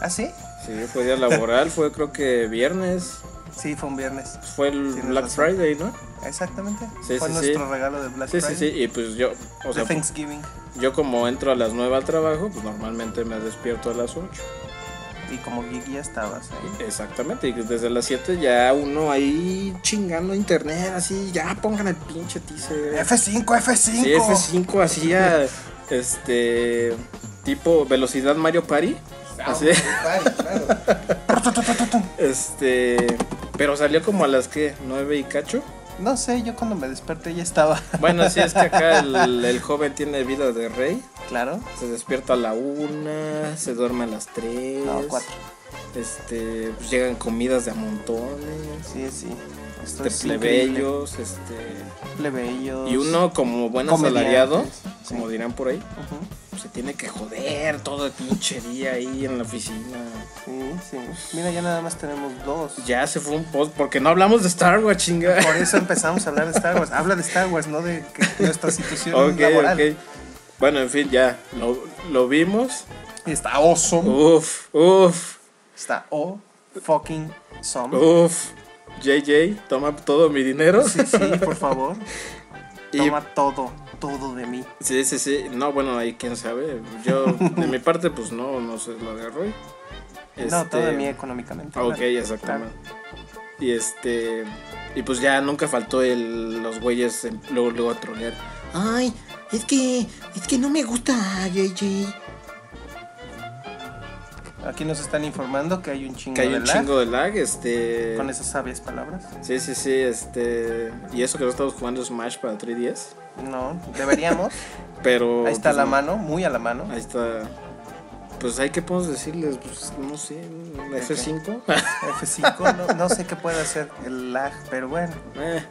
Speaker 2: ¿Ah, sí?
Speaker 1: Sí, fue día laboral, fue creo que viernes.
Speaker 2: Sí, fue un viernes.
Speaker 1: Fue el
Speaker 2: Tienes
Speaker 1: Black
Speaker 2: razón.
Speaker 1: Friday, ¿no?
Speaker 2: Exactamente.
Speaker 1: Sí,
Speaker 2: fue
Speaker 1: sí, sí.
Speaker 2: nuestro regalo de Black
Speaker 1: Sí, sí,
Speaker 2: Friday.
Speaker 1: sí. Y pues yo, o sea,
Speaker 2: de Thanksgiving.
Speaker 1: yo como entro a las 9 al trabajo, pues normalmente me despierto a las 8.
Speaker 2: Y como geek ya estabas ahí.
Speaker 1: Exactamente, y desde las 7 ya uno ahí chingando internet, así, ya pongan el pinche teaser.
Speaker 2: F5, F5.
Speaker 1: Sí, F5 hacía este tipo velocidad Mario Party.
Speaker 2: Ah,
Speaker 1: Así, este, pero salió como a las que 9 y cacho.
Speaker 2: No sé, yo cuando me desperté ya estaba.
Speaker 1: Bueno, sí es que acá el, el joven tiene vida de rey.
Speaker 2: Claro.
Speaker 1: Se despierta a la 1, se duerme a las 3.
Speaker 2: No, cuatro.
Speaker 1: Este, pues llegan comidas de a montones.
Speaker 2: Sí, Pues, sí. Esto
Speaker 1: este,
Speaker 2: es increíble.
Speaker 1: plebeyos, este.
Speaker 2: Plebeyos.
Speaker 1: Y uno como buen
Speaker 2: Comediantes,
Speaker 1: asalariado,
Speaker 2: sí.
Speaker 1: como dirán por ahí,
Speaker 2: Ujú.
Speaker 1: pues, se tiene que joder todo el pinche día ahí en la oficina.
Speaker 2: Sí, sí. Mira, ya nada más tenemos dos.
Speaker 1: Ya se fue un post porque no hablamos de Star Wars, chinga.
Speaker 2: Por eso empezamos a hablar de Star Wars. Habla de Star Wars, no de que- nuestra situación
Speaker 1: Ok,
Speaker 2: laboral.
Speaker 1: ok. Bueno, en fin, ya. Lo, lo vimos.
Speaker 2: Está awesome.
Speaker 1: Oh. Uf, uf,
Speaker 2: Está o fucking some.
Speaker 1: uf. JJ, toma todo mi dinero.
Speaker 2: Sí, sí, por favor.
Speaker 1: Y-
Speaker 2: Toma todo, todo de mí.
Speaker 1: Sí, sí, sí. No, bueno, ahí quién sabe. Yo, de mi parte, pues no, no se lo agarró.
Speaker 2: No, todo de
Speaker 1: Este,
Speaker 2: mí económicamente.
Speaker 1: Ah, ok,
Speaker 2: claro.
Speaker 1: exactamente. Y este. Y pues ya nunca faltó el, los güeyes en- luego, luego a trolear. Ay, es que. Es que no me gusta JJ.
Speaker 2: Aquí nos están informando que hay un chingo
Speaker 1: Que hay
Speaker 2: de
Speaker 1: un
Speaker 2: lag
Speaker 1: chingo de lag, este.
Speaker 2: con esas sabias palabras.
Speaker 1: Sí, sí, sí, este. Y eso que no estamos jugando Smash para 3DS.
Speaker 2: No, deberíamos.
Speaker 1: Pero.
Speaker 2: Ahí está
Speaker 1: pues,
Speaker 2: la
Speaker 1: no.
Speaker 2: mano, muy a la mano.
Speaker 1: Ahí está. Pues hay que podemos decirles, pues no sé, un F5.
Speaker 2: F5, no, no sé qué puede hacer el lag, pero bueno.
Speaker 1: Eh.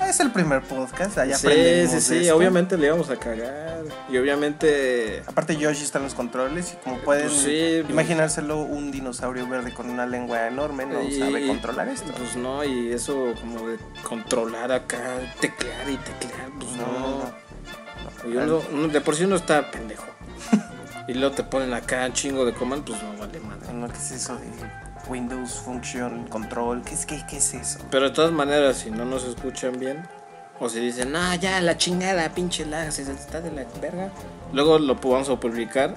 Speaker 2: Es el primer podcast, ahí
Speaker 1: Sí,
Speaker 2: aprendemos
Speaker 1: sí,
Speaker 2: de este.
Speaker 1: sí,
Speaker 2: esto.
Speaker 1: obviamente le íbamos a cagar. Y obviamente.
Speaker 2: Aparte Yoshi está en los controles y como pueden
Speaker 1: pues sí, pues-
Speaker 2: imaginárselo un dinosaurio verde con una lengua enorme no
Speaker 1: Y-
Speaker 2: sabe controlar esto.
Speaker 1: Pues no, y eso como de controlar acá, teclear y teclear, pues
Speaker 2: No,
Speaker 1: no.
Speaker 2: no.
Speaker 1: Y uno- uno- de por sí uno está pendejo. y luego te ponen acá un chingo de comandos, pues no vale madre.
Speaker 2: No, ¿Qué es eso de Windows Function Control? ¿Qué es, qué, qué es eso?
Speaker 1: Pero de todas maneras, si no nos escuchan bien, o si dicen, no, ya, la chingada, pinche lag, se está de la verga. Luego lo pu- vamos a publicar.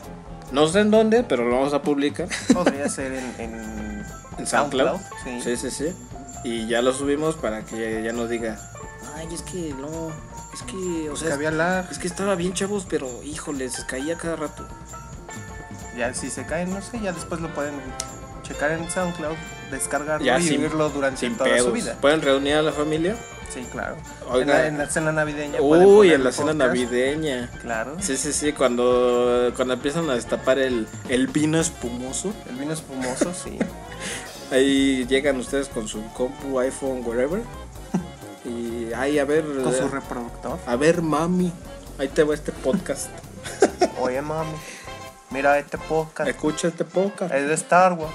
Speaker 1: No sé en dónde, pero lo vamos a publicar.
Speaker 2: Podría ser en, en
Speaker 1: En SoundCloud.
Speaker 2: Sí.
Speaker 1: Sí, sí, sí. Y ya lo subimos para que ya nos diga. Ay, es que no. Es que, o
Speaker 2: Que
Speaker 1: sea,
Speaker 2: había lag.
Speaker 1: es que estaba bien chavos, pero híjole, se caía cada rato.
Speaker 2: Ya si se caen, no sé, ya después lo pueden checar en SoundCloud, descargarlo
Speaker 1: Ya
Speaker 2: y
Speaker 1: sin-
Speaker 2: vivirlo durante
Speaker 1: Sin
Speaker 2: toda
Speaker 1: pedos.
Speaker 2: su vida.
Speaker 1: Pueden reunir a la familia.
Speaker 2: Sí, claro. En
Speaker 1: Oiga.
Speaker 2: la, en la cena navideña. pueden
Speaker 1: Uy,
Speaker 2: poner
Speaker 1: en la
Speaker 2: el
Speaker 1: cena
Speaker 2: podcast.
Speaker 1: navideña.
Speaker 2: Claro.
Speaker 1: Sí, sí, sí, cuando, cuando empiezan a destapar el, el vino espumoso,
Speaker 2: El vino espumoso, sí.
Speaker 1: ahí llegan ustedes con su compu, iPhone, wherever. Y, ay, a ver,
Speaker 2: Con su reproductor.
Speaker 1: a ver, mami, ahí te va este podcast.
Speaker 2: Oye, mami, mira este podcast.
Speaker 1: Escucha este podcast.
Speaker 2: Es de Star Wars.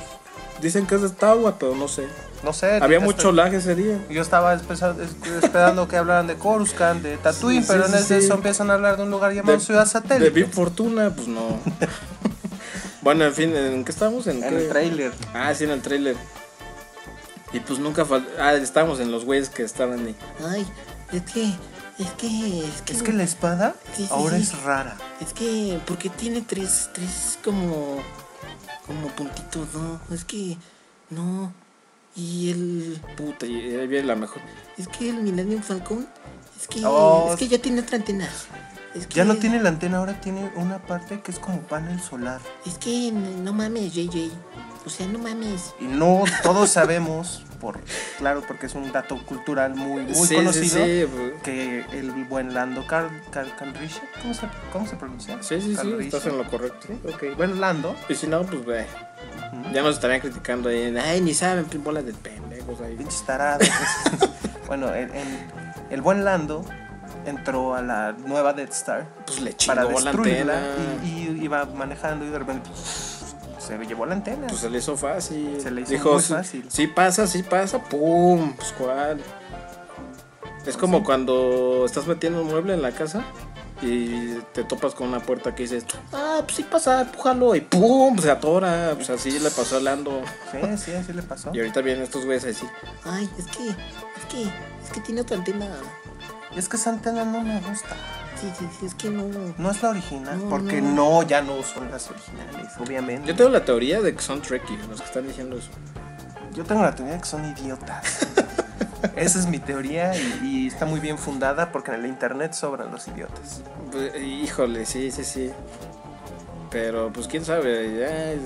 Speaker 1: Dicen que es de Tawa, pero no sé.
Speaker 2: No sé.
Speaker 1: Había
Speaker 2: ahorita
Speaker 1: mucho lag ese día.
Speaker 2: estoy- Yo estaba espesa- es- esperando que hablaran de Coruscant, de Tatooine,
Speaker 1: Sí,
Speaker 2: pero
Speaker 1: sí,
Speaker 2: en
Speaker 1: sí,
Speaker 2: este
Speaker 1: sí.
Speaker 2: eso empiezan a hablar de un lugar llamado
Speaker 1: De-
Speaker 2: Ciudad
Speaker 1: De
Speaker 2: Satélite.
Speaker 1: Big Fortuna, pues no. bueno, en fin, ¿en qué estamos? ¿En,
Speaker 2: en
Speaker 1: qué?
Speaker 2: el trailer.
Speaker 1: Ah, sí, en el trailer. Y pues nunca faltó. Ah, estábamos en los güeyes que estaban ahí.
Speaker 3: Ay, es que, es que, es que,
Speaker 2: Es que la espada
Speaker 3: Sí, sí,
Speaker 2: ahora
Speaker 3: sí.
Speaker 2: es rara.
Speaker 3: es que, porque tiene tres, tres como, como puntitos, ¿no? Es que, no, y el,
Speaker 1: Puta, y ahí viene la mejor.
Speaker 3: es que el Millennium Falcon, es que,
Speaker 2: Oh.
Speaker 3: es que ya tiene otra antena. Es que,
Speaker 2: Ya no tiene la antena, ahora tiene una parte que es como panel solar.
Speaker 3: Es que, no mames, JJ, o sea, no mames.
Speaker 2: Y no todos sabemos, por claro, porque es un dato cultural muy, muy
Speaker 1: Sí,
Speaker 2: conocido,
Speaker 1: sí, sí, pues,
Speaker 2: que el buen Lando Car Car- Calrissian, ¿cómo se, cómo se pronuncia?
Speaker 1: sí, sí, sí,
Speaker 2: Calrissian.
Speaker 1: estás en lo correcto.
Speaker 2: Ok, bueno, Lando.
Speaker 1: Y si no, pues ve. Ya nos estarían criticando ahí. Ay, ni saben, pin- bola de pendejos ahí.
Speaker 2: Pinches tarados. bueno, el, el- el buen Lando entró a la nueva Death Star
Speaker 1: Pues le
Speaker 2: para
Speaker 1: chingó la
Speaker 2: destruirla
Speaker 1: antena.
Speaker 2: y, y iba manejando y de repente pues, se llevó la antena.
Speaker 1: Pues se le hizo fácil.
Speaker 2: Se le hizo
Speaker 1: Dijo,
Speaker 2: muy
Speaker 1: "Sí-
Speaker 2: fácil".
Speaker 1: Sí pasa, sí pasa, pum, pues cuál.
Speaker 2: Pues
Speaker 1: Es como cuando estás metiendo un mueble en la casa y te topas con una puerta que dices, ah, pues sí pasa, empújalo, y pum, se atora. Pues así le pasó a Lando.
Speaker 2: sí, sí, así le pasó.
Speaker 1: Y ahorita vienen estos güeyes así.
Speaker 3: Ay, es que, es que, es que tiene otra antena.
Speaker 2: Y es que esa antena no me gusta.
Speaker 3: Sí, sí, sí, es que no.
Speaker 2: No es la original,
Speaker 3: No,
Speaker 2: porque no.
Speaker 3: no.
Speaker 2: ya no son las originales, obviamente.
Speaker 1: Yo tengo la teoría de que son trekkies los que están diciendo eso.
Speaker 2: Yo tengo la teoría de que son idiotas. Esa es mi teoría y, y está muy bien fundada porque en el internet sobran los idiotas.
Speaker 1: Pues, Híjole, sí, sí, sí. Pero pues quién sabe, ya-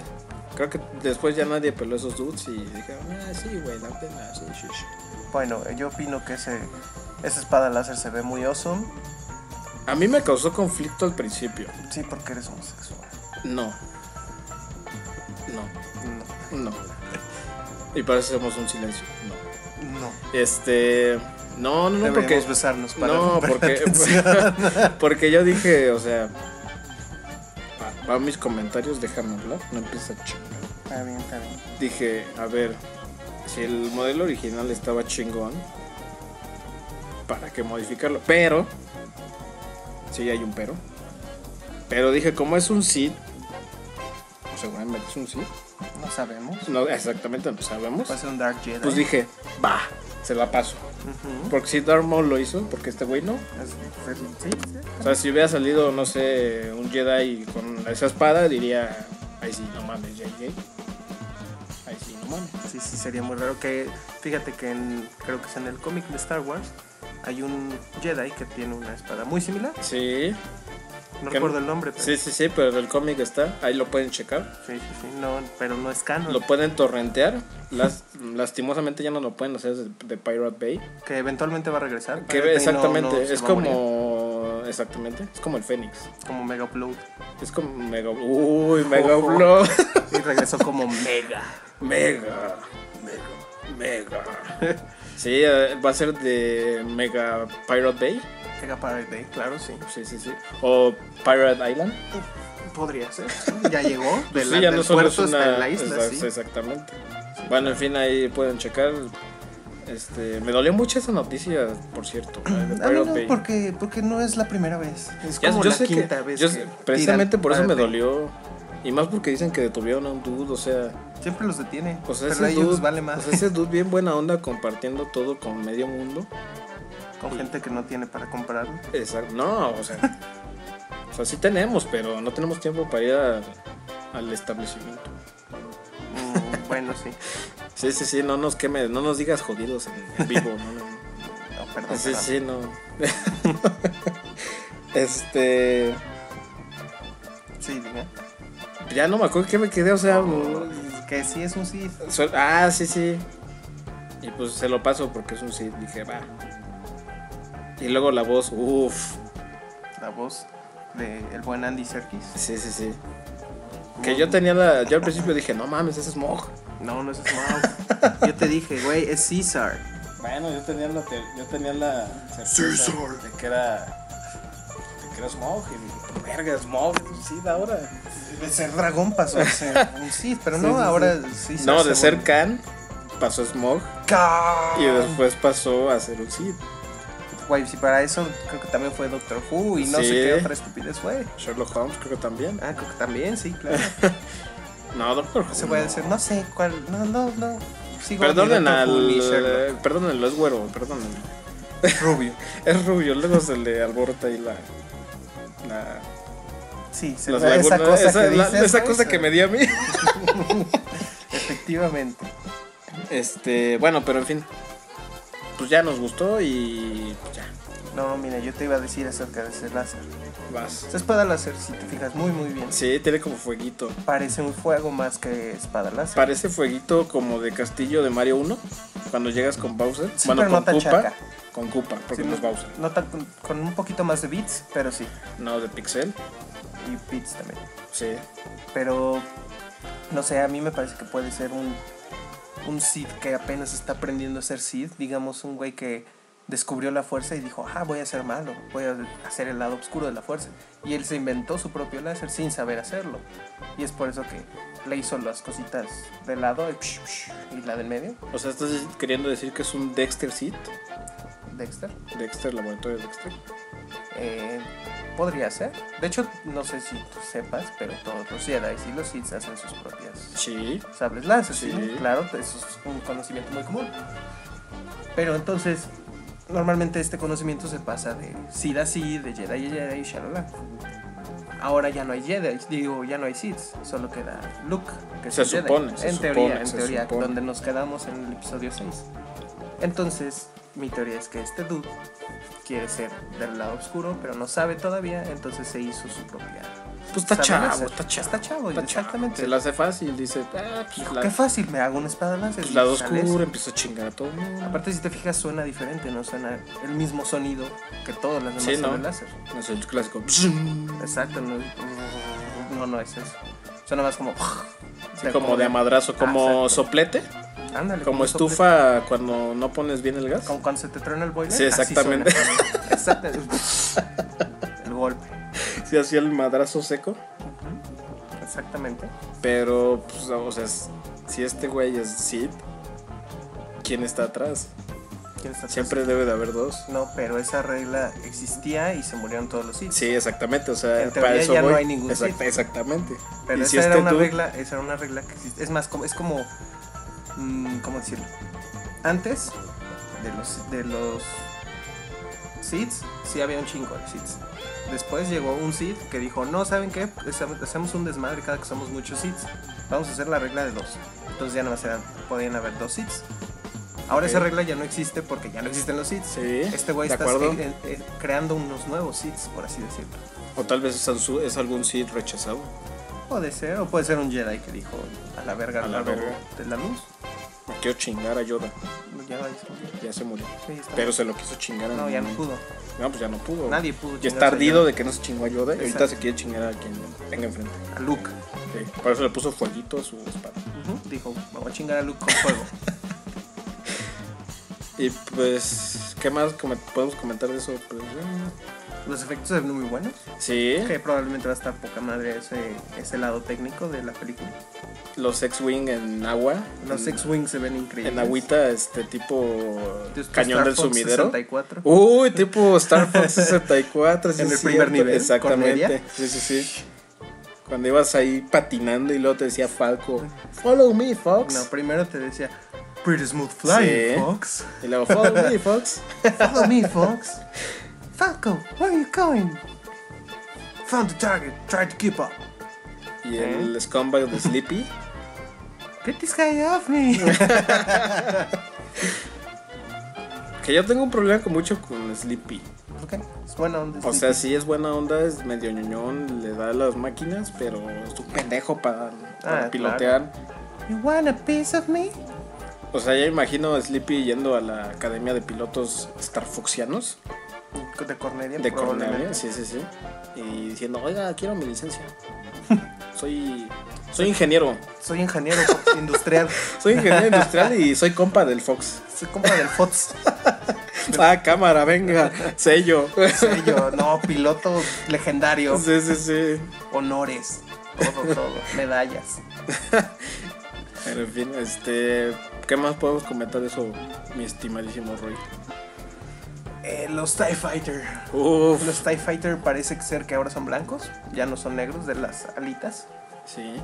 Speaker 1: Creo que después ya nadie peló esos dudes y dijeron, ah, sí, güey, la antena, sí, sí, sí.
Speaker 2: Bueno, yo opino que ese, esa espada láser se ve muy awesome.
Speaker 1: A mí me causó conflicto al principio.
Speaker 2: Sí, porque eres homosexual.
Speaker 1: No.
Speaker 2: No,
Speaker 1: No, no. Y para eso hacemos un silencio. No.
Speaker 2: no.
Speaker 1: Este. No, no, no,
Speaker 2: Deberíamos
Speaker 1: porque.
Speaker 2: besarnos para
Speaker 1: No,
Speaker 2: romper la
Speaker 1: porque.
Speaker 2: tensión.
Speaker 1: porque yo dije, o sea. va a mis comentarios, déjame hablar, no empieza a chingar.
Speaker 2: Está bien, está bien.
Speaker 1: Dije, a ver, si el modelo original estaba chingón, ¿para qué modificarlo? Pero, sí hay un pero. Pero dije, como es un SID, o seguramente es un SID,
Speaker 2: No sabemos.
Speaker 1: no, exactamente no sabemos,
Speaker 2: Puede ser un Dark Jedi.
Speaker 1: pues dije, va, se la paso.
Speaker 2: Ujú.
Speaker 1: Porque si Darth Maul lo hizo, porque este güey no.
Speaker 2: Es- es- sí, sí.
Speaker 1: O sea, si hubiera salido, no sé, un Jedi con esa espada, diría, ahí sí, no mames, JJ. Ahí sí, no mames.
Speaker 2: Sí, sí, sería muy raro que... Fíjate que en, creo que es en el cómic de Star Wars hay un Jedi que tiene una espada muy similar.
Speaker 1: Sí,
Speaker 2: No
Speaker 1: Que-
Speaker 2: recuerdo el nombre, pero...
Speaker 1: sí, sí, sí, pero el cómic está, ahí lo pueden checar.
Speaker 2: Sí, sí, sí, no, pero no es canon.
Speaker 1: Lo pueden torrentear. Las, lastimosamente ya no lo pueden hacer de, de Pirate Bay.
Speaker 2: Que eventualmente va a regresar.
Speaker 1: Que
Speaker 2: Pirate Bay no-
Speaker 1: exactamente,
Speaker 2: no se
Speaker 1: es
Speaker 2: va a morir,
Speaker 1: como. Exactamente, es como el Fénix.
Speaker 2: Como Mega Upload.
Speaker 1: Es como Mega. Uy, Mega
Speaker 2: Ojo.
Speaker 1: Blow.
Speaker 2: Y regresó como Mega.
Speaker 1: Mega, mega, mega. Sí, eh, va a ser de Mega Pirate Bay.
Speaker 2: Mega Pirate Bay, claro, sí.
Speaker 1: Sí, sí, sí. O Pirate Island.
Speaker 2: Podría ser. sí. Ya llegó.
Speaker 1: Pues
Speaker 2: Del,
Speaker 1: sí, ya
Speaker 2: del
Speaker 1: no solo es
Speaker 2: puerto hasta
Speaker 1: una
Speaker 2: la isla,
Speaker 1: exact-
Speaker 2: sí.
Speaker 1: Exactamente. Bueno, en fin, ahí pueden checar. Este, me dolió mucho esa noticia, por cierto. la de
Speaker 2: A mí
Speaker 1: Pirate
Speaker 2: no,
Speaker 1: Bay.
Speaker 2: Ah, porque, porque no es la primera vez. Es
Speaker 1: Ya-
Speaker 2: como
Speaker 1: yo
Speaker 2: la
Speaker 1: sé que-
Speaker 2: quinta vez.
Speaker 1: yo
Speaker 2: que
Speaker 1: sé-
Speaker 2: tiran
Speaker 1: precisamente por eso me
Speaker 2: Pirate Bay.
Speaker 1: dolió. Y más porque dicen que detuvieron a un dude, o sea,
Speaker 2: Siempre los detienen.
Speaker 1: o sea,
Speaker 2: pero a
Speaker 1: ese
Speaker 2: ellos
Speaker 1: dude,
Speaker 2: vale más.
Speaker 1: o sea, ese dude bien buena onda compartiendo todo con medio mundo.
Speaker 2: con gente que no tiene para comprarlo.
Speaker 1: Exacto. No, o sea. o sea, sí tenemos, pero no tenemos tiempo para ir a- al establecimiento.
Speaker 2: Mm, bueno, sí.
Speaker 1: Sí, sí, sí, no nos queme, no nos digas jodidos en, en vivo, no, no, no.
Speaker 2: No, perdón.
Speaker 1: Ah, Sí,
Speaker 2: perdón.
Speaker 1: sí, no. este.
Speaker 2: Sí, diga.
Speaker 1: Ya no me acuerdo que me quedé, o sea.
Speaker 2: que sí es un sí.
Speaker 1: su- ah, sí, sí. Y pues se lo paso porque es un sí, dije, va. Y luego la voz, uff.
Speaker 2: La voz del buen Andy Serkis.
Speaker 1: Sí, sí, sí. Que yo tenía la. Yo al principio dije, no mames, ese es Mog.
Speaker 2: No, no es Smaug. Yo te dije, güey, es Caesar.
Speaker 1: Bueno, yo tenía la, te- yo tenía la certeza de que era de que era Smog y dije, verga, Smog, sí, de ahora.
Speaker 2: De ser dragón pasó a ser un Sith, pero no,
Speaker 1: Sí, sí, sí.
Speaker 2: ahora sí.
Speaker 1: No, de ser Khan pasó Smog y después pasó a ser un Sid.
Speaker 2: Güey, si para eso creo que también fue Doctor Who y no
Speaker 1: Sí.
Speaker 2: sé qué otra estupidez fue.
Speaker 1: Sherlock Holmes creo que también.
Speaker 2: Ah, creo que también, sí, claro.
Speaker 1: No, Doctor Who.
Speaker 2: Se puede
Speaker 1: no.
Speaker 2: decir, no sé cuál, no, no, no. Sigo
Speaker 1: Perdonen
Speaker 2: ni Doctor Who ni Sherlock.
Speaker 1: al. Perdónenlo, es güero, perdónenlo.
Speaker 2: Rubio.
Speaker 1: Es rubio, luego se le alborota ahí la. la
Speaker 2: Sí, se-
Speaker 1: las
Speaker 2: esa
Speaker 1: lagunas-
Speaker 2: cosa que
Speaker 1: la-
Speaker 2: dices,
Speaker 1: esa
Speaker 2: güey,
Speaker 1: cosa
Speaker 2: se-
Speaker 1: que me dio a mí.
Speaker 2: Efectivamente.
Speaker 1: Este, bueno, pero en fin. Pues ya nos gustó y pues ya,
Speaker 2: No, mira, yo te iba a decir acerca de ese láser.
Speaker 1: vas.
Speaker 2: Esa espada láser, si te fijas muy, muy bien,
Speaker 1: Sí, tiene como fueguito.
Speaker 2: parece un fuego más que espada láser.
Speaker 1: Parece fueguito como de castillo de Mario 1 cuando llegas con Bowser.
Speaker 2: Sí,
Speaker 1: bueno,
Speaker 2: pero
Speaker 1: con
Speaker 2: no tan
Speaker 1: Koopa.
Speaker 2: chaca.
Speaker 1: Con Koopa, porque
Speaker 2: Sí,
Speaker 1: no es Bowser.
Speaker 2: no tan- con, con un poquito más de bits, pero sí.
Speaker 1: No, de Pixel.
Speaker 2: Y bits también.
Speaker 1: Sí.
Speaker 2: Pero, no sé, a mí me parece que puede ser un, un Sith que apenas está aprendiendo a ser Sith. Digamos, un güey que descubrió la fuerza y dijo, ah, voy a ser malo, voy a hacer el lado oscuro de la fuerza. Y él se inventó su propio láser sin saber hacerlo. Y es por eso que le hizo las cositas de lado y, psh, psh, y la del medio,
Speaker 1: O sea, estás queriendo decir que es un Dexter Seed.
Speaker 2: Dexter.
Speaker 1: Dexter, laboratorio de Dexter.
Speaker 2: Eh, podría ser. De hecho, no sé si tú sepas, pero todos los Jedi y los Sith hacen sus propias
Speaker 1: Sí.
Speaker 2: sables lanzas,
Speaker 1: Sí.
Speaker 2: ¿no? claro, eso es un conocimiento muy común. Pero entonces, normalmente este conocimiento se pasa de Sid a Sid, de Jedi a Jedi y shalala. Ahora ya no hay Jedi, digo, ya no hay Sids, solo queda Luke, que es
Speaker 1: Se
Speaker 2: un Jedi.
Speaker 1: supone, se
Speaker 2: En
Speaker 1: supone,
Speaker 2: teoría, en
Speaker 1: se
Speaker 2: teoría,
Speaker 1: supone.
Speaker 2: donde nos quedamos en el episodio 6. Entonces, mi teoría es que este dude quiere ser del lado oscuro, pero no sabe todavía, entonces se hizo su propia.
Speaker 1: Pues está
Speaker 2: sable
Speaker 1: chavo,
Speaker 2: láser.
Speaker 1: está chavo.
Speaker 2: Está chavo,
Speaker 1: Está chavo.
Speaker 2: exactamente.
Speaker 1: Se la hace fácil, dice. Ah, pues
Speaker 2: Dijo,
Speaker 1: la,
Speaker 2: qué fácil, me hago una espada láser.
Speaker 1: pues
Speaker 2: y
Speaker 1: la dos
Speaker 2: sale
Speaker 1: oscura,
Speaker 2: eso.
Speaker 1: empieza a chingar a todo. el mundo.
Speaker 2: Aparte, si te fijas, suena diferente, no suena el mismo sonido que todas las demás
Speaker 1: Sí,
Speaker 2: sables
Speaker 1: ¿no?
Speaker 2: láser.
Speaker 1: No es el clásico.
Speaker 2: Exacto, no, no, no es eso. Suena más como.
Speaker 1: Sí, como de amadrazo, como
Speaker 2: Ah, exacto.
Speaker 1: soplete,
Speaker 2: Ándale,
Speaker 1: como
Speaker 2: un sople-
Speaker 1: estufa cuando no pones bien el gas.
Speaker 2: Como cuando se te truena el boiler.
Speaker 1: Sí,
Speaker 2: así suena.
Speaker 1: exactamente.
Speaker 2: Exacto. El golpe.
Speaker 1: Si hacía el madrazo seco.
Speaker 2: Exactamente.
Speaker 1: Pero, pues, o sea, s- si este güey es Sid, ¿quién está atrás?
Speaker 2: ¿Quién está atrás?
Speaker 1: Siempre debe de haber dos.
Speaker 2: No, pero esa regla existía y se murieron todos los Sith.
Speaker 1: Sí, exactamente, o sea,
Speaker 2: En teoría
Speaker 1: para eso
Speaker 2: ya no
Speaker 1: voy.
Speaker 2: hay ningún
Speaker 1: Exact-
Speaker 2: Sid.
Speaker 1: Exactamente.
Speaker 2: Pero
Speaker 1: y
Speaker 2: esa
Speaker 1: si
Speaker 2: era
Speaker 1: este
Speaker 2: una
Speaker 1: dude-
Speaker 2: regla, esa era una regla que existe. Es más, como, es como mm, ¿cómo decirlo? Antes de los de los seeds, sí había un chingo de seeds. Después llegó un seed que dijo, "No, ¿saben qué? Pues hace- Hacemos un desmadre cada que somos muchos seeds. Vamos a hacer la regla de dos." Entonces ya no más eran, podían haber dos seeds. Ahora
Speaker 1: Ok.
Speaker 2: esa regla ya no existe porque ya no existen los seeds.
Speaker 1: Sí,
Speaker 2: este güey
Speaker 1: de
Speaker 2: está
Speaker 1: acuerdo.
Speaker 2: eh, eh, creando unos nuevos seeds, por así decirlo.
Speaker 1: O tal vez es al su- es algún Sid rechazado.
Speaker 2: Puede ser, o puede ser un Jedi que dijo a la verga
Speaker 1: A
Speaker 2: al
Speaker 1: la
Speaker 2: lado
Speaker 1: verga.
Speaker 2: de la luz. pues
Speaker 1: Me quiero chingar a Yoda.
Speaker 2: Ya lo hizo. Sí,
Speaker 1: Ya se murió.
Speaker 2: está
Speaker 1: Pero
Speaker 2: bien.
Speaker 1: se lo quiso chingar a
Speaker 2: no, ya no pudo.
Speaker 1: No, pues ya no pudo.
Speaker 2: Nadie pudo.
Speaker 1: Ya está
Speaker 2: chingarse
Speaker 1: ardido
Speaker 2: a-
Speaker 1: de que no se chingó a Yoda. Y ahorita
Speaker 2: Exacto.
Speaker 1: se quiere chingar a quien tenga enfrente.
Speaker 2: a Luke.
Speaker 1: Sí, Por eso le puso fueguito a su espada.
Speaker 2: Ujú, Dijo, me voy a chingar a Luke con fuego.
Speaker 1: Y pues, ¿qué más come- podemos comentar de eso? Pues, eh,
Speaker 2: Los efectos se ven muy buenos.
Speaker 1: sí,
Speaker 2: Que probablemente va a estar poca madre ese, ese lado técnico de la película.
Speaker 1: los X-Wing en agua.
Speaker 2: Los
Speaker 1: en-
Speaker 2: X-Wing se ven increíbles.
Speaker 1: Mm. En agüita, este tipo
Speaker 2: Entonces, tu
Speaker 1: cañón
Speaker 2: Star
Speaker 1: del
Speaker 2: Fox
Speaker 1: sumidero.
Speaker 2: 64.
Speaker 1: Uy, tipo Star Fox 64. sí
Speaker 2: En
Speaker 1: es
Speaker 2: el primer
Speaker 1: cierto,
Speaker 2: nivel, con
Speaker 1: Exactamente.
Speaker 2: media.
Speaker 1: Sí, sí, sí. Cuando ibas ahí patinando y luego te decía Falco, follow me, Fox.
Speaker 2: No, primero te decía, pretty smooth
Speaker 1: Sí.
Speaker 2: flying, Fox.
Speaker 1: Y luego, follow me, Fox.
Speaker 2: Follow me, Fox. Falco, where are you going? Found the target, try to keep up.
Speaker 1: Y el scumbag de Sleepy.
Speaker 2: Get this guy off me.
Speaker 1: Que yo tengo un problema con mucho con Sleepy.
Speaker 2: ¿Por qué? Es buena onda.
Speaker 1: O
Speaker 2: sí.
Speaker 1: sea, sí es buena onda, es medio ñoñón, le da a las máquinas, pero es un pendejo para, para
Speaker 2: Ah,
Speaker 1: pilotear.
Speaker 2: You want a piece of me?
Speaker 1: O sea, ya imagino a Sleepy yendo a la academia de pilotos starfoxianos
Speaker 2: De Cornelia.
Speaker 1: de
Speaker 2: probablemente.
Speaker 1: Cornelia, sí, sí, sí. Y diciendo, oiga, quiero mi licencia. soy, soy ingeniero,
Speaker 2: Soy ingeniero Fox, industrial.
Speaker 1: soy ingeniero industrial y soy compa del Fox.
Speaker 2: Soy compra del FOTS.
Speaker 1: Ah, cámara, venga, sello.
Speaker 2: Soy yo. No, piloto legendario.
Speaker 1: sí, sí, sí.
Speaker 2: Honores. Todo, todo. Medallas.
Speaker 1: Pero en fin, este, ¿qué más podemos comentar de eso, mi estimadísimo Roy?
Speaker 2: Eh, los TIE Fighter.
Speaker 1: Uf,
Speaker 2: Los TIE Fighter parece ser que ahora son blancos. Ya no son negros de las alitas.
Speaker 1: sí.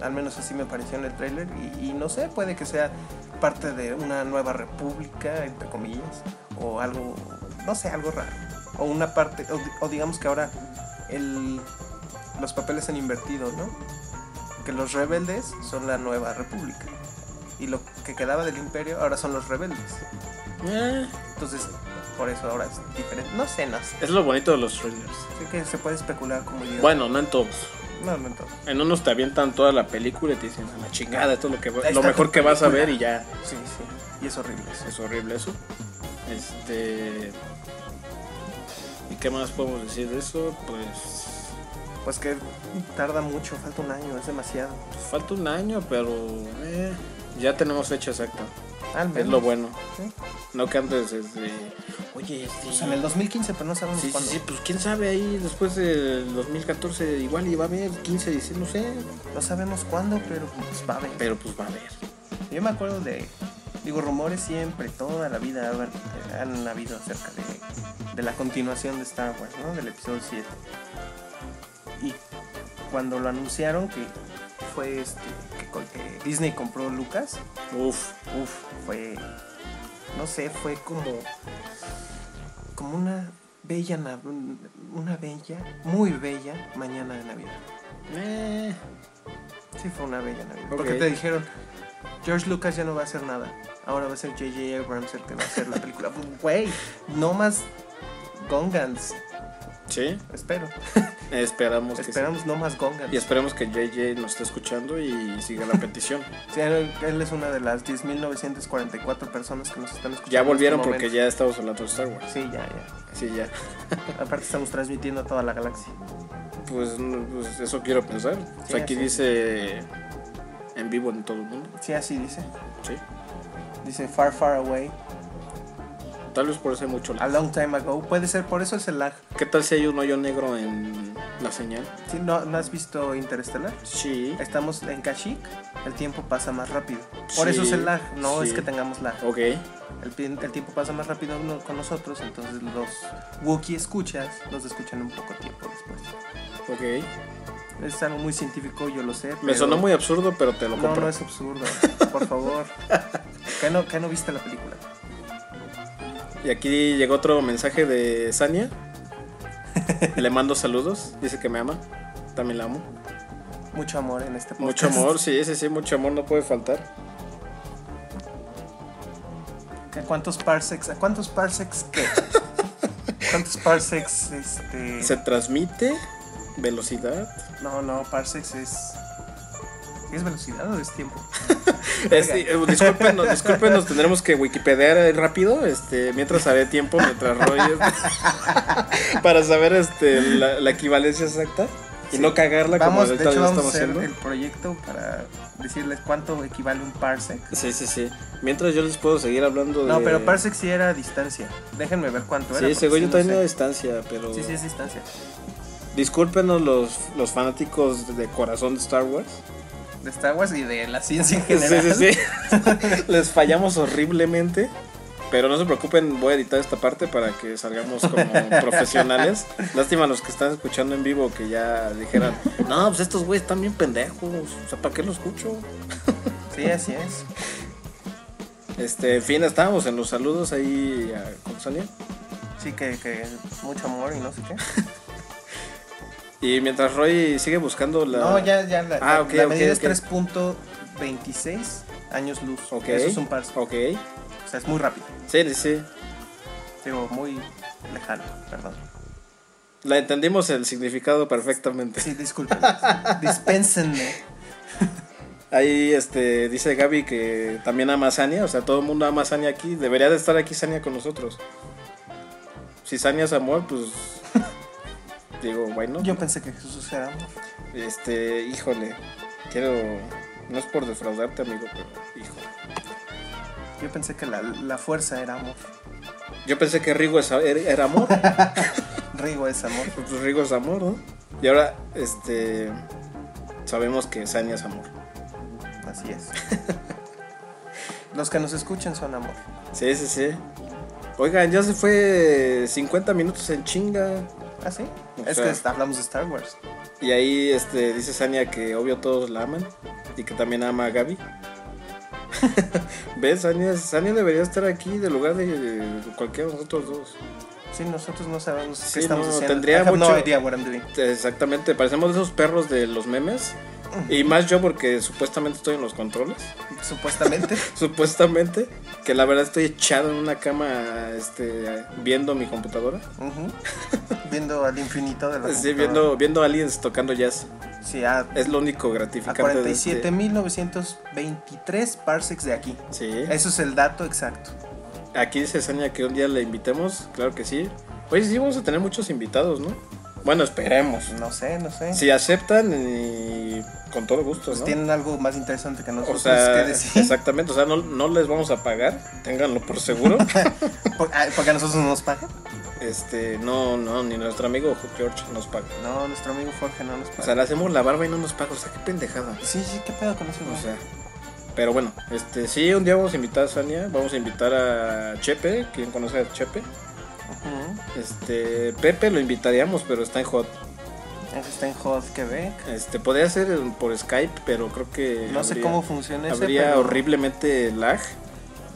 Speaker 2: Al menos así me pareció en el tráiler y, y no sé, puede que sea parte de una nueva república, entre comillas, o algo, no sé, algo raro. O una parte, o, di- o digamos que ahora el, los papeles han invertido, ¿no? Que los rebeldes son la nueva república. Y lo que quedaba del imperio ahora son los rebeldes.
Speaker 1: Eh,
Speaker 2: Entonces, por eso ahora es diferente. No sé, no sé.
Speaker 1: es lo bonito de los thrillers.
Speaker 2: Sé que se puede especular como idiota.
Speaker 1: Bueno, no en todos.
Speaker 2: No, no, en todo.
Speaker 1: En unos te avientan toda la película y te dicen, a la chingada, esto es lo, que, va-
Speaker 2: Ahí
Speaker 1: lo
Speaker 2: está
Speaker 1: mejor
Speaker 2: tu
Speaker 1: que vas a
Speaker 2: película".
Speaker 1: ver y ya.
Speaker 2: Sí, sí. Y es horrible eso.
Speaker 1: Es horrible eso. Este. ¿Y qué más podemos decir de eso? Pues.
Speaker 2: Pues que tarda mucho, falta un año, es demasiado.
Speaker 1: pues, falta un año, pero. eh, ya tenemos fecha exacta.
Speaker 2: Al
Speaker 1: Es
Speaker 2: menos.
Speaker 1: lo bueno.
Speaker 2: ¿sí?
Speaker 1: No que antes. este, Oye, este.
Speaker 2: O sea, en Pues el 2015, pero no sabemos
Speaker 1: Sí, sí,
Speaker 2: cuándo.
Speaker 1: sí, pues quién sabe ahí después del 2014 igual y va a haber 15, 16, no sé,
Speaker 2: No sabemos cuándo, pero pues va a haber.
Speaker 1: pero pues va a haber.
Speaker 2: Yo me acuerdo de. Digo, rumores siempre, toda la vida haber- han habido acerca de, de la continuación de Star Wars, ¿no? Del episodio 7. Y cuando lo anunciaron que fue este. que co- que Disney compró Lucas,
Speaker 1: Uf,
Speaker 2: Uf, fue. No sé, fue como. Como una bella. nav- Una bella, muy bella mañana de Navidad.
Speaker 1: eh,
Speaker 2: Sí, fue una bella Navidad.
Speaker 1: Ok.
Speaker 2: Porque te dijeron, George Lucas ya no va a hacer nada. Ahora va a ser J.J. Abrams el que va a hacer la película. Pues, Güey, no más Gongans.
Speaker 1: sí,
Speaker 2: Espero.
Speaker 1: esperamos Pues que sí.
Speaker 2: Esperamos no más Gongans.
Speaker 1: Y esperemos que JJ nos esté escuchando y siga la petición.
Speaker 2: Sí, él, él es una de las 10.944 personas que nos están escuchando.
Speaker 1: ya volvieron
Speaker 2: en este
Speaker 1: porque ya estamos hablando de Star Wars.
Speaker 2: momento. Sí, ya, ya.
Speaker 1: Sí, ya.
Speaker 2: Aparte estamos transmitiendo a toda la galaxia.
Speaker 1: Pues, no, pues, eso quiero pensar. O
Speaker 2: Sí,
Speaker 1: sea, aquí
Speaker 2: sí.
Speaker 1: dice en vivo en todo el mundo.
Speaker 2: Sí, así dice.
Speaker 1: Sí.
Speaker 2: Dice Far Far Away,
Speaker 1: Tal vez por eso hay mucho
Speaker 2: A
Speaker 1: lag.
Speaker 2: Long Time Ago. Puede ser, por eso es el lag.
Speaker 1: ¿Qué tal si hay un hoyo negro en La señal.
Speaker 2: Sí, ¿No, ¿No has visto Interestelar?
Speaker 1: Sí.
Speaker 2: Estamos en Kashyyyk, el tiempo pasa más rápido. Por
Speaker 1: Sí,
Speaker 2: eso es el lag, no es
Speaker 1: sí.
Speaker 2: que tengamos lag.
Speaker 1: Ok.
Speaker 2: El, pi- el tiempo pasa más rápido no- con nosotros, entonces los Wookiee escuchas, los escuchan un poco tiempo después.
Speaker 1: Ok.
Speaker 2: Es algo muy científico, yo lo sé.
Speaker 1: Me
Speaker 2: pero-
Speaker 1: sonó muy absurdo, pero te lo
Speaker 2: No,
Speaker 1: compro.
Speaker 2: no es absurdo, por favor. ¿Qué no, qué no viste la película?
Speaker 1: Y aquí llegó otro mensaje de Sania. Le mando saludos. Dice que me ama. También la amo.
Speaker 2: Mucho amor en este podcast.
Speaker 1: Mucho amor, sí, sí, sí, mucho amor no puede faltar.
Speaker 2: ¿A cuántos parsecs? ¿A cuántos parsecs qué? ¿Cuántos parsecs este.?
Speaker 1: Se transmite velocidad.
Speaker 2: No, no, parsecs es. ¿sí ¿Es velocidad o es tiempo?
Speaker 1: Este, eh, discúlpenos, discúlpenos, tendremos que Wikipediar eh, rápido, este, mientras haré tiempo, mientras Roy este, para saber este, la, la equivalencia exacta y
Speaker 2: Sí.
Speaker 1: no cagarla
Speaker 2: vamos,
Speaker 1: como
Speaker 2: de
Speaker 1: ahorita
Speaker 2: hecho,
Speaker 1: lo
Speaker 2: vamos a
Speaker 1: estamos
Speaker 2: hacer
Speaker 1: haciendo.
Speaker 2: el proyecto para decirles cuánto equivale un parsec.
Speaker 1: Sí, sí, sí. Mientras yo les puedo seguir hablando de.
Speaker 2: No, pero parsec sí era distancia. Déjenme ver cuánto era.
Speaker 1: Sí,
Speaker 2: porque
Speaker 1: según
Speaker 2: sí
Speaker 1: yo
Speaker 2: pues, no
Speaker 1: también a
Speaker 2: sé.
Speaker 1: distancia, pero.
Speaker 2: Sí, sí, es distancia.
Speaker 1: Discúlpenos los, los fanáticos de corazón de Star Wars.
Speaker 2: De Star Wars y de la ciencia en
Speaker 1: Sí,
Speaker 2: general.
Speaker 1: sí, sí. Les fallamos horriblemente. Pero no se preocupen, voy a editar esta parte para que salgamos como profesionales. Lástima a los que están escuchando en vivo que ya dijeran, no, pues estos güeyes están bien pendejos, o sea, ¿para qué los escucho?
Speaker 2: Sí, así es.
Speaker 1: Este, en fin, estábamos en los saludos ahí a, con Sonia.
Speaker 2: Sí, que, que mucho amor y no sé qué.
Speaker 1: Y mientras Roy sigue buscando la...
Speaker 2: No, ya, ya. La,
Speaker 1: Ah,
Speaker 2: la-
Speaker 1: ok,
Speaker 2: la
Speaker 1: ok,
Speaker 2: medida
Speaker 1: ok.
Speaker 2: es 3.26 años luz.
Speaker 1: Ok.
Speaker 2: Eso es un parsec.
Speaker 1: Ok.
Speaker 2: O sea, es muy rápido.
Speaker 1: Sí, sí, sí.
Speaker 2: Digo, muy lejano, perdón.
Speaker 1: La entendimos el significado perfectamente.
Speaker 2: Sí, disculpen. Dispénsenme.
Speaker 1: Ahí este, dice Gaby que también ama a Sania, o sea, todo el mundo ama a Sania aquí. Debería de estar aquí Sania con nosotros. Si Sania es amor, pues. digo, bueno.
Speaker 2: Yo pensé que Jesús era amor.
Speaker 1: Este, híjole. Quiero. No es por defraudarte, amigo, pero híjole.
Speaker 2: Yo pensé que la, la fuerza era amor.
Speaker 1: Yo pensé que Rigo es- era era amor.
Speaker 2: Rigo es amor.
Speaker 1: pues Rigo es amor, ¿no? Y ahora, este. Sabemos que Sania es amor.
Speaker 2: Así es. Los que nos escuchan son amor.
Speaker 1: Sí, sí, sí. Oigan, ya se fue 50 minutos en chinga.
Speaker 2: ¿Ah, sí?
Speaker 1: O
Speaker 2: es
Speaker 1: sea-
Speaker 2: que está- hablamos de Star Wars.
Speaker 1: Y ahí este, dice Sania que obvio todos la aman y que también ama a Gaby. ¿Ves? Sania, Sania debería estar aquí de lugar de, de cualquiera de nosotros dos.
Speaker 2: Sí, nosotros no sabemos
Speaker 1: Sí,
Speaker 2: qué estamos
Speaker 1: no,
Speaker 2: haciendo.
Speaker 1: tendría
Speaker 2: I have
Speaker 1: mucho-
Speaker 2: no idea what I'm doing.
Speaker 1: Exactamente, parecemos de esos perros de los memes. Y más yo porque supuestamente estoy en los controles.
Speaker 2: Supuestamente.
Speaker 1: Supuestamente. Que la verdad estoy echado en una cama este, viendo mi computadora.
Speaker 2: Ujú. Viendo al infinito de la
Speaker 1: Sí,
Speaker 2: computadora.
Speaker 1: viendo, viendo aliens tocando jazz.
Speaker 2: Sí, a,
Speaker 1: Es lo único
Speaker 2: a
Speaker 1: gratificante. de este-
Speaker 2: 47.923 parsecs de aquí.
Speaker 1: Sí.
Speaker 2: Eso es el dato exacto.
Speaker 1: Aquí dice Sania que un día la invitemos, claro que sí. Oye, sí, vamos a tener muchos invitados, ¿no? Bueno, esperemos.
Speaker 2: No sé, no sé.
Speaker 1: Si aceptan, y con todo gusto,
Speaker 2: pues
Speaker 1: ¿no?
Speaker 2: tienen algo más interesante que
Speaker 1: O
Speaker 2: nosotros
Speaker 1: sea,
Speaker 2: que decir.
Speaker 1: exactamente, o sea, no, no les vamos a pagar, ténganlo por seguro.
Speaker 2: Por- ah, porque a nosotros no nos pagan.
Speaker 1: este, no, no, ni nuestro amigo George nos paga.
Speaker 2: No, nuestro amigo Jorge no nos paga.
Speaker 1: O sea, le hacemos la barba y no nos paga, o sea, qué pendejada.
Speaker 2: sí, sí, qué pedo con eso,
Speaker 1: O sea, pero bueno, este, sí, un día vamos a invitar a Sania, vamos a invitar a Chepe, quien conoce a Chepe. Este, Pepe lo invitaríamos, pero está en hot.
Speaker 2: Está en Hot Quebec.
Speaker 1: Este, podría ser en- por Skype, pero creo que.
Speaker 2: No sé
Speaker 1: habría-
Speaker 2: cómo funciona ese.
Speaker 1: Habría
Speaker 2: pero
Speaker 1: horriblemente lag.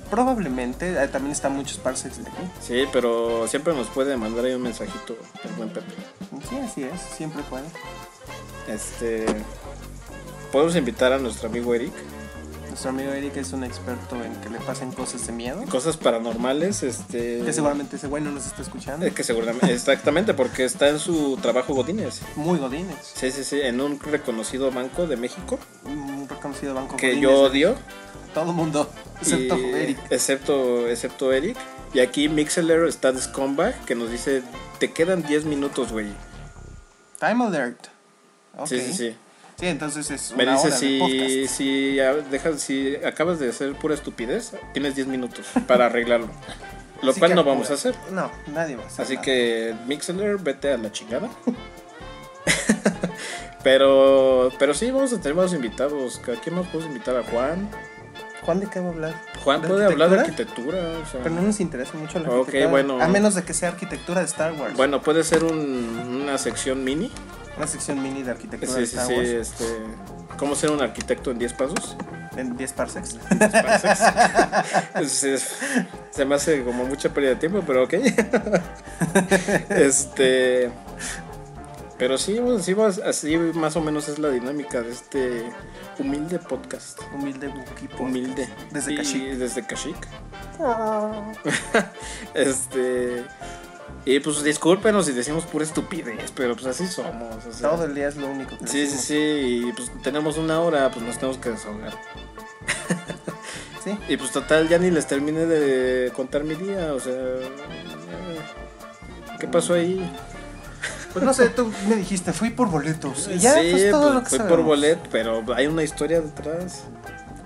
Speaker 2: Probablemente. eh, también están muchos parsecs de aquí.
Speaker 1: Sí, pero siempre nos puede mandar ahí un mensajito el buen Pepe.
Speaker 2: Sí, así es. Siempre puede.
Speaker 1: Este. Podemos invitar a nuestro amigo Eric.
Speaker 2: Nuestro amigo Eric es un experto en que le pasen cosas de miedo.
Speaker 1: Cosas paranormales, este.
Speaker 2: Que seguramente ese güey no nos está escuchando.
Speaker 1: eh, Que seguramente. Exactamente, porque está en su trabajo Godínez.
Speaker 2: Muy godines.
Speaker 1: Sí, sí, sí, en un reconocido banco de México
Speaker 2: Un reconocido banco
Speaker 1: que
Speaker 2: godines
Speaker 1: yo
Speaker 2: de
Speaker 1: odio.
Speaker 2: Todo el mundo. Excepto
Speaker 1: Y-
Speaker 2: Eric.
Speaker 1: Excepto, excepto Eric. Y aquí Mixeler está de Scumbag que nos dice, te quedan 10 minutos, güey.
Speaker 2: Time alert. Ok.
Speaker 1: Sí, sí, sí.
Speaker 2: Sí, entonces es
Speaker 1: Me
Speaker 2: una
Speaker 1: dice
Speaker 2: hora de
Speaker 1: si,
Speaker 2: podcast.
Speaker 1: si, ah, dejas, si acabas de hacer pura estupidez, tienes 10 minutos para arreglarlo. Lo
Speaker 2: Así
Speaker 1: cual
Speaker 2: que
Speaker 1: no vamos a
Speaker 2: apura.
Speaker 1: hacer.
Speaker 2: No, nadie va a hacer
Speaker 1: Así
Speaker 2: nada.
Speaker 1: que Mixeler, vete a la chingada. Pero, pero sí, vamos a tener más invitados. ¿A quién más podemos invitar? ¿A Juan?
Speaker 2: ¿Juan de qué va a hablar?
Speaker 1: Juan
Speaker 2: ¿De
Speaker 1: puede hablar de
Speaker 2: arquitectura?
Speaker 1: arquitectura. o sea,
Speaker 2: Pero no nos interesa mucho la
Speaker 1: Ok,
Speaker 2: arquitectura.
Speaker 1: bueno.
Speaker 2: A menos de que sea arquitectura de Star Wars.
Speaker 1: Bueno, puede ser un- una sección mini.
Speaker 2: Una sección mini de arquitectura de
Speaker 1: Sí, sí,
Speaker 2: Star
Speaker 1: sí.
Speaker 2: Wars
Speaker 1: Este, ¿Cómo ser un arquitecto en 10 pasos?
Speaker 2: en 10 parsecs.
Speaker 1: Entonces, pues, es- se me hace como mucha pérdida de tiempo, pero ok. este. Pero sí, bueno, sí, vas- así más o menos es la dinámica de este humilde podcast.
Speaker 2: Humilde equipo.
Speaker 1: Humilde.
Speaker 2: Desde
Speaker 1: Y
Speaker 2: Kashyyyk. Ah.
Speaker 1: Desde Kashyyyk. este. Y pues discúlpenos si decimos pura estupidez, pero pues así somos. o sea.
Speaker 2: Todo el día es lo único que
Speaker 1: Sí, sí,
Speaker 2: decimos.
Speaker 1: sí, y pues tenemos una hora, pues nos tenemos que desahogar.
Speaker 2: Sí.
Speaker 1: Y pues total, ya ni les terminé de contar mi día, o sea... eh, ¿Qué pasó ahí?
Speaker 2: Pues no sé, tú me dijiste, fui por boletos. Y ya,
Speaker 1: sí,
Speaker 2: pues todo
Speaker 1: pues,
Speaker 2: lo que
Speaker 1: fui por
Speaker 2: sabemos.
Speaker 1: bolet, pero hay una historia detrás.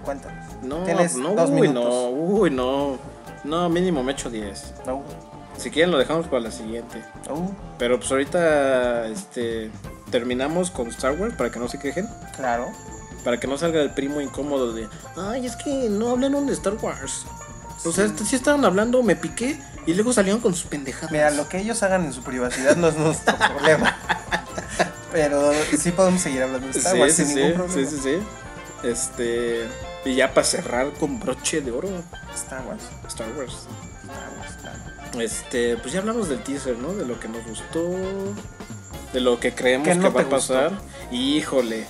Speaker 2: Cuéntanos.
Speaker 1: No,
Speaker 2: Tienes
Speaker 1: no,
Speaker 2: dos
Speaker 1: uy,
Speaker 2: minutos.
Speaker 1: no, uy, no. No, mínimo me echo 10.
Speaker 2: No.
Speaker 1: Si quieren lo dejamos para la siguiente.
Speaker 2: Uh,
Speaker 1: Pero pues ahorita, este... Terminamos con Star Wars para que no se quejen.
Speaker 2: claro.
Speaker 1: Para que no salga el primo incómodo de, ay, es que no hablaron de Star Wars. O sea, si estaban hablando, me piqué y luego salieron con sus pendejadas.
Speaker 2: Mira, lo que ellos hagan en su privacidad no es nuestro problema. Pero sí podemos seguir hablando de
Speaker 1: sí,
Speaker 2: Star Wars
Speaker 1: sí,
Speaker 2: sin
Speaker 1: sí,
Speaker 2: ningún problema.
Speaker 1: sí, sí, sí. Este, y ya para cerrar con broche de oro,
Speaker 2: Star Wars.
Speaker 1: Star Wars.
Speaker 2: Star Wars, Star Wars.
Speaker 1: Este, pues ya hablamos del teaser, ¿no? De lo que nos gustó, de lo que creemos
Speaker 2: ¿Qué no
Speaker 1: que va
Speaker 2: te
Speaker 1: a pasar. Híjole,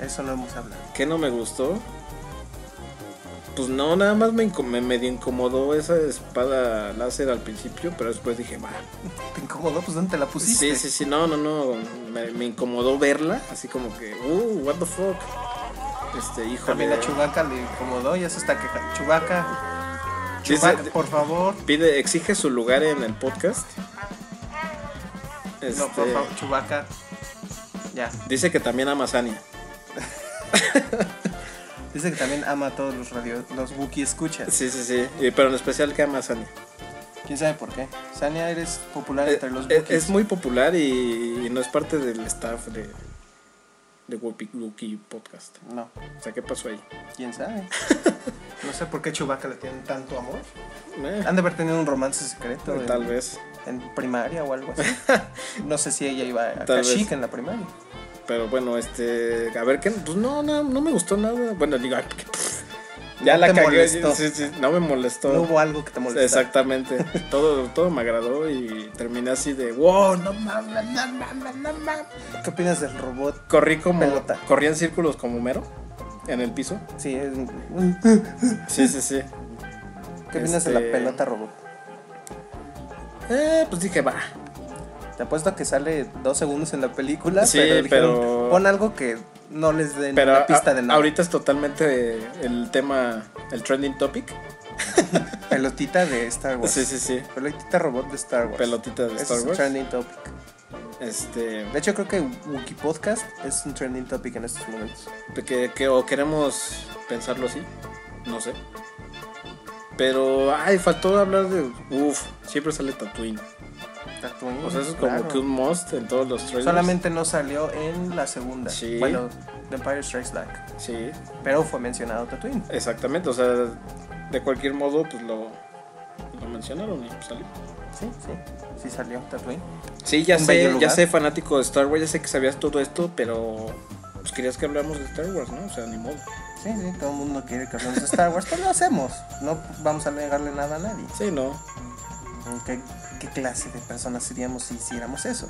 Speaker 2: Eso no hemos hablado.
Speaker 1: ¿qué no me gustó? Pues no, nada más me, inco- me medio incomodó esa espada láser al principio, pero después dije, va,
Speaker 2: ¿Te incomodó? Pues ¿dónde te la pusiste?
Speaker 1: Sí, sí, sí, no, no, no. Me, me incomodó verla, así como que, uh, what the fuck. Este, hijo
Speaker 2: También a Chubaca le incomodó y eso está que Chubaca.
Speaker 1: Dice-
Speaker 2: Chubaca, por favor.
Speaker 1: Pide, exige su lugar en el podcast. Este,
Speaker 2: No, por favor, Chubaca. Ya.
Speaker 1: Dice que también ama a Sania.
Speaker 2: Dice que también ama a todos los radio, los Wookiee escuchas.
Speaker 1: Sí, sí, sí. eh, Pero en especial que ama a Sania.
Speaker 2: ¿Quién sabe por qué? Sania, eres popular
Speaker 1: Eh,
Speaker 2: entre los
Speaker 1: eh,
Speaker 2: Wookiees.
Speaker 1: es, muy popular y, y no es parte del staff de, de Wookie, Wookie Podcast.
Speaker 2: No,
Speaker 1: O sea, ¿qué pasó ahí?
Speaker 2: quién sabe. no sé por qué Chubaca le tienen tanto amor.
Speaker 1: Eh,
Speaker 2: Han de haber tenido un romance secreto en,
Speaker 1: tal vez.
Speaker 2: en primaria o algo así. No sé si ella iba a
Speaker 1: Tal vez.
Speaker 2: Kashyyyk en la primaria.
Speaker 1: Pero bueno, este. A ver, ¿qué? Pues no, no, no me gustó nada. Bueno, digo, ay, que, pff, ya
Speaker 2: No
Speaker 1: la
Speaker 2: te
Speaker 1: cagué.
Speaker 2: molestó.
Speaker 1: Sí, sí, no me molestó.
Speaker 2: No hubo algo que te molestara.
Speaker 1: Exactamente. todo, todo me agradó y terminé así de, wow, no mames, no mames, no mames.
Speaker 2: ¿Qué opinas del robot?
Speaker 1: Corrí como.
Speaker 2: Pelota.
Speaker 1: Corrí en círculos como Homero en el piso.
Speaker 2: Sí, es un- Mm.
Speaker 1: Sí, sí, sí.
Speaker 2: ¿Qué opinas de la
Speaker 1: Este-
Speaker 2: pelota robot?
Speaker 1: Eh, pues dije, va.
Speaker 2: Te apuesto a que sale dos segundos en la película,
Speaker 1: Sí,
Speaker 2: pero, dijeron,
Speaker 1: pero-
Speaker 2: pon algo que no les den
Speaker 1: Pero
Speaker 2: una pista
Speaker 1: a-
Speaker 2: de nada.
Speaker 1: ahorita es totalmente el tema, el trending topic.
Speaker 2: Pelotita de Star Wars.
Speaker 1: Sí, sí, sí.
Speaker 2: Pelotita robot de Star Wars.
Speaker 1: Pelotita de
Speaker 2: Pues, Ese
Speaker 1: Star
Speaker 2: es
Speaker 1: Wars.
Speaker 2: un trending topic.
Speaker 1: Este.
Speaker 2: De hecho, creo que Wiki Podcast es un trending topic en estos momentos.
Speaker 1: que, que- o queremos pensarlo así, no sé. Pero, ay, faltó hablar de, uff, siempre sale Tatooine.
Speaker 2: Tatooine,
Speaker 1: O sea, eso es como
Speaker 2: Mm, claro.
Speaker 1: que un must en todos los trailers.
Speaker 2: Solamente no salió en la segunda.
Speaker 1: Sí.
Speaker 2: Bueno, The Empire Strikes Back.
Speaker 1: Sí,
Speaker 2: Pero fue mencionado Tatooine.
Speaker 1: exactamente, o sea, de cualquier modo, pues lo, lo mencionaron y pues, salió.
Speaker 2: Sí, sí. Sí salió Tatooine.
Speaker 1: Sí, ya
Speaker 2: Un bello
Speaker 1: sé, ya
Speaker 2: lugar.
Speaker 1: sé, fanático de Star Wars, ya sé que sabías todo esto, pero pues querías que habláramos de Star Wars, ¿no? O sea, ni modo.
Speaker 2: Sí, sí, todo el mundo quiere que hablemos de Star Wars, pero lo hacemos. No vamos a negarle nada a nadie. Mm,
Speaker 1: Sí, no.
Speaker 2: ¿Qué, qué clase de personas seríamos si hiciéramos eso?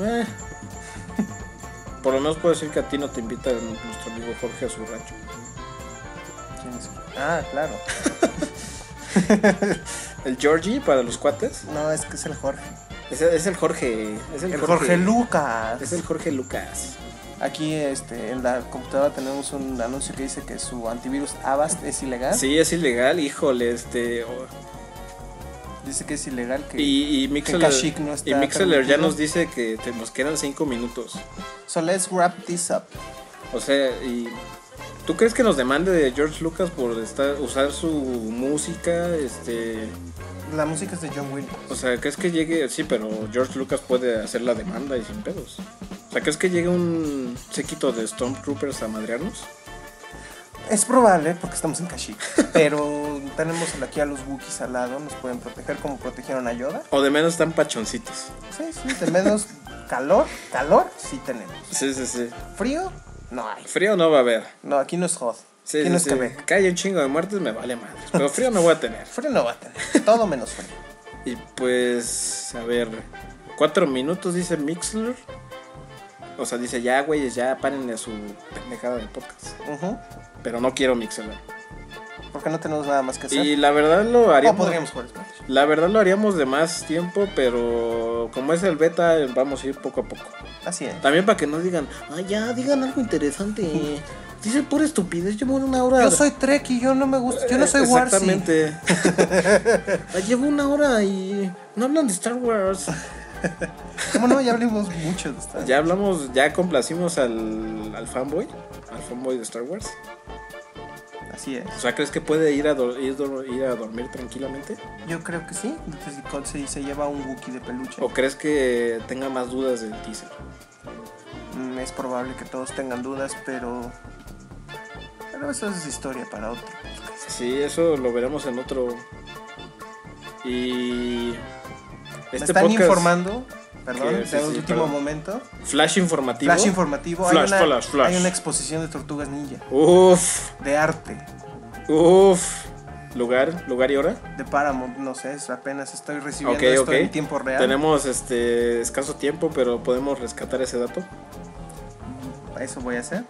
Speaker 1: Eh. Por lo menos puedo decir que a ti no te invita nuestro amigo Jorge a su rancho.
Speaker 2: ¿Quién es? Ah, claro.
Speaker 1: El Georgie para los cuates.
Speaker 2: No, es que es el Jorge.
Speaker 1: Es, es el Jorge. Es el,
Speaker 2: El Jorge Lucas.
Speaker 1: Es el Jorge Lucas.
Speaker 2: Aquí este, en la computadora tenemos un anuncio que dice que su antivirus Avast es ilegal.
Speaker 1: Sí, es ilegal, híjole, este. o-
Speaker 2: Dice que es ilegal que
Speaker 1: Y, y Mixeler,
Speaker 2: Kashyyyk no está
Speaker 1: y Mixeler ya
Speaker 2: permitido.
Speaker 1: nos dice que te- nos quedan cinco minutos.
Speaker 2: So let's wrap this up.
Speaker 1: O sea, y. ¿Tú crees que nos demande de George Lucas por estar, usar su música? Este.
Speaker 2: La música es de John Williams.
Speaker 1: O sea, ¿crees que llegue? Sí, pero George Lucas puede hacer la demanda y sin pedos. O sea, ¿crees que llegue un séquito de Stormtroopers a madrearnos?
Speaker 2: Es probable, porque estamos en Kashyyyk. pero tenemos aquí a los Wookiees al lado, nos pueden proteger como protegieron a Yoda.
Speaker 1: O de menos están pachoncitos.
Speaker 2: Sí, sí, de menos calor, calor sí tenemos.
Speaker 1: Sí, sí, sí.
Speaker 2: Frío, no hay.
Speaker 1: Frío no va a haber.
Speaker 2: No, aquí no es hot.
Speaker 1: Sí,
Speaker 2: aquí
Speaker 1: sí,
Speaker 2: no es
Speaker 1: sí.
Speaker 2: Quebec.
Speaker 1: Que haya un chingo de muertes me vale madre. Pero frío no voy a tener.
Speaker 2: Frío no va a tener, todo menos frío.
Speaker 1: Y pues, a ver, cuatro minutos dice Mixler. O sea, dice ya, güeyes, ya párenle a su pendejada de podcast.
Speaker 2: Ujú,
Speaker 1: Pero no quiero Mixler.
Speaker 2: Porque no tenemos nada más que hacer.
Speaker 1: Y la verdad lo
Speaker 2: No
Speaker 1: haríamos.
Speaker 2: podríamos jugar Smash.
Speaker 1: la verdad lo haríamos de más tiempo, pero como es el beta, vamos a ir poco a poco.
Speaker 2: Así es.
Speaker 1: También para que no digan,
Speaker 3: Ah, ya, digan algo interesante. Dice pura estupidez, llevo una hora.
Speaker 2: Yo soy Trek y yo no me gusta, yo no soy Warsi.
Speaker 1: Exactamente.
Speaker 3: Ah, Llevo una hora y no hablan de Star Wars.
Speaker 2: ¿Cómo no? Ya hablamos mucho de esta.
Speaker 1: Pues Ya hablamos, ya complacimos al, al fanboy, al fanboy de Star Wars.
Speaker 2: Así es.
Speaker 1: O sea, ¿crees que puede ir a, dor- ir, dor- ir a dormir tranquilamente?
Speaker 2: Yo creo que sí. Entonces Colt se, se lleva un Wookiee de peluche.
Speaker 1: ¿O crees que tenga más dudas del teaser?
Speaker 2: Mm, Es probable que todos tengan dudas, pero. Pero eso es historia para otro. podcast.
Speaker 1: Sí, eso lo veremos en otro. Y. este
Speaker 2: Me están
Speaker 1: podcast,
Speaker 2: informando, perdón,
Speaker 1: Que-
Speaker 2: de
Speaker 1: sí, sí,
Speaker 2: último
Speaker 1: perdón.
Speaker 2: momento.
Speaker 1: Flash informativo.
Speaker 2: Flash informativo. hay,
Speaker 1: Flash,
Speaker 2: una,
Speaker 1: flash, flash.
Speaker 2: hay una exposición de tortugas ninja,
Speaker 1: Uf,
Speaker 2: de arte,
Speaker 1: uf. Lugar, lugar y hora.
Speaker 2: de Paramount, no sé, es- apenas estoy recibiendo
Speaker 1: Ok,
Speaker 2: esto
Speaker 1: ok.
Speaker 2: en tiempo real.
Speaker 1: Tenemos este escaso tiempo, pero podemos rescatar ese dato.
Speaker 2: Eso voy a hacer.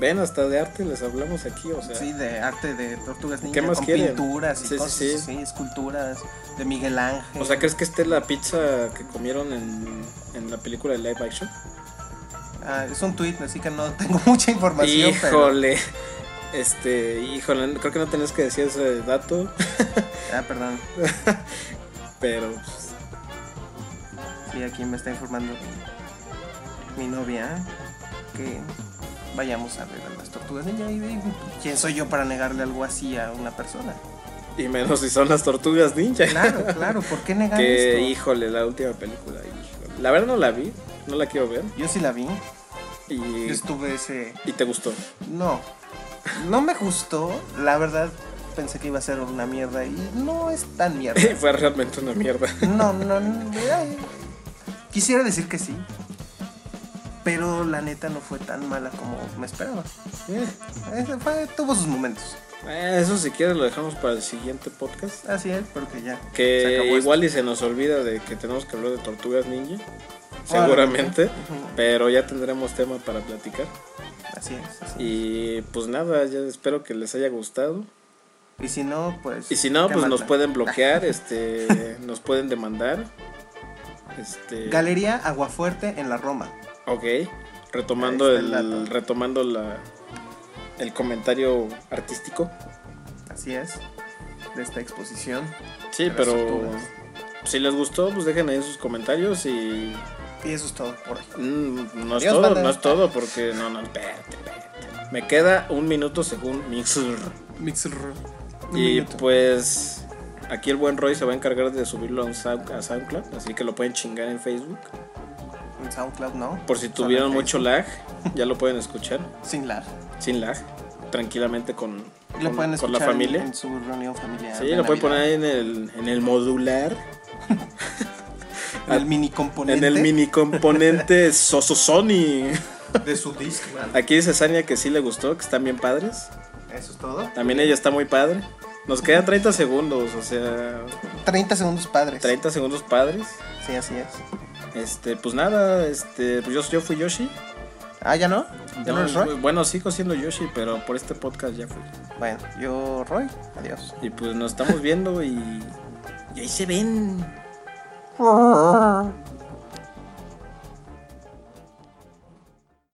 Speaker 1: Ven, hasta de arte les hablamos aquí, o sea.
Speaker 2: Sí, de arte de tortugas ninja
Speaker 1: ¿Qué más
Speaker 2: con
Speaker 1: quieren?
Speaker 2: pinturas y
Speaker 1: Sí, sí,
Speaker 2: cosas
Speaker 1: sí.
Speaker 2: así, esculturas de Miguel Ángel.
Speaker 1: O sea, ¿crees que esté la pizza que comieron en, en la película de live action?
Speaker 2: Ah, es un tweet, así que no tengo mucha información.
Speaker 1: Híjole. Este, híjole, creo que no tenés que decir ese dato,
Speaker 2: Pero, ah, perdón.
Speaker 1: pero pues,
Speaker 2: Sí, aquí me está informando mi novia que vayamos a ver a las tortugas ninja. Y, y- ¿Quién soy yo para negarle algo así a una persona?
Speaker 1: y menos si son las tortugas ninja.
Speaker 2: Claro, claro, ¿por qué negar
Speaker 1: que
Speaker 2: esto?
Speaker 1: híjole, la última película. híjole. La verdad no la vi, no la quiero ver.
Speaker 2: Yo sí la vi,
Speaker 1: Y,
Speaker 2: yo estuve ese...
Speaker 1: y te gustó.
Speaker 2: No, no me gustó, la verdad pensé que iba a ser una mierda y no es tan mierda.
Speaker 1: Fue realmente una mierda.
Speaker 2: No, no, no, ay. Quisiera decir que sí. Pero la neta no fue tan mala como me esperaba.
Speaker 1: Eh,
Speaker 2: Eh, fue- tuvo sus momentos.
Speaker 1: eh, eso si quieres lo dejamos para el siguiente podcast.
Speaker 2: Así es, porque ya. se
Speaker 1: Que
Speaker 2: acabó
Speaker 1: igual y se nos olvida de que tenemos que hablar de tortugas ninja.
Speaker 2: Bueno,
Speaker 1: Seguramente.
Speaker 2: esto. Ujú,
Speaker 1: Pero ya tendremos tema para platicar.
Speaker 2: Así es, así
Speaker 1: Y pues nada, ya espero que les haya gustado.
Speaker 2: es. Y si no, pues.
Speaker 1: Y si no,
Speaker 2: te
Speaker 1: pues nos
Speaker 2: matan.
Speaker 1: pueden bloquear, este, nos pueden demandar. Este,
Speaker 2: Galería Aguafuerte en la Roma.
Speaker 1: ok, retomando
Speaker 2: Ahí está el
Speaker 1: el,
Speaker 2: dato.
Speaker 1: retomando la el comentario artístico.
Speaker 2: Así es. De esta exposición.
Speaker 1: Sí,
Speaker 2: De las
Speaker 1: pero
Speaker 2: tortugas.
Speaker 1: si les gustó, pues dejen ahí sus comentarios y
Speaker 2: Y eso es todo por hoy.
Speaker 1: mm, no es
Speaker 2: Adiós,
Speaker 1: todo,
Speaker 2: banda.
Speaker 1: no es todo porque no, no, espérate, espérate. Me queda un minuto según Mixer.
Speaker 2: Mixer.
Speaker 1: Y pues aquí el buen Roy se va a encargar de subirlo a, un Sound- a SoundCloud, así que lo pueden chingar en Facebook.
Speaker 2: En SoundCloud, ¿no?
Speaker 1: Por si
Speaker 2: Solo en
Speaker 1: tuvieron
Speaker 2: Facebook.
Speaker 1: mucho lag, ya lo pueden escuchar
Speaker 2: Sin lag.
Speaker 1: sin lag, tranquilamente con,
Speaker 2: Y lo
Speaker 1: con-
Speaker 2: pueden
Speaker 1: con
Speaker 2: escuchar
Speaker 1: la familia.
Speaker 2: En, en su reunión familiar.
Speaker 1: sí,
Speaker 2: de
Speaker 1: lo pueden
Speaker 2: Navidad.
Speaker 1: poner ahí en el, en el modular,
Speaker 2: En el mini componente
Speaker 1: en el mini componente Soso Sony.
Speaker 2: de su Discman.
Speaker 1: Aquí dice Sania que sí le gustó, que están bien padres.
Speaker 2: Eso es todo.
Speaker 1: También ella está muy padre. Nos quedan 30 segundos, o sea,
Speaker 2: 30 segundos padres.
Speaker 1: 30 segundos padres.
Speaker 2: Sí, así es.
Speaker 1: Este, pues nada, este, pues yo, yo fui Yoshi.
Speaker 2: Ah, ¿ya no? ¿Ya no,
Speaker 1: No,
Speaker 2: eres Roy?
Speaker 1: bu- bueno, sigo siendo Yoshi, pero por este podcast ya fui.
Speaker 2: Bueno, yo Roy. Adiós.
Speaker 1: Y pues nos estamos viendo y
Speaker 3: Y ahí se ven.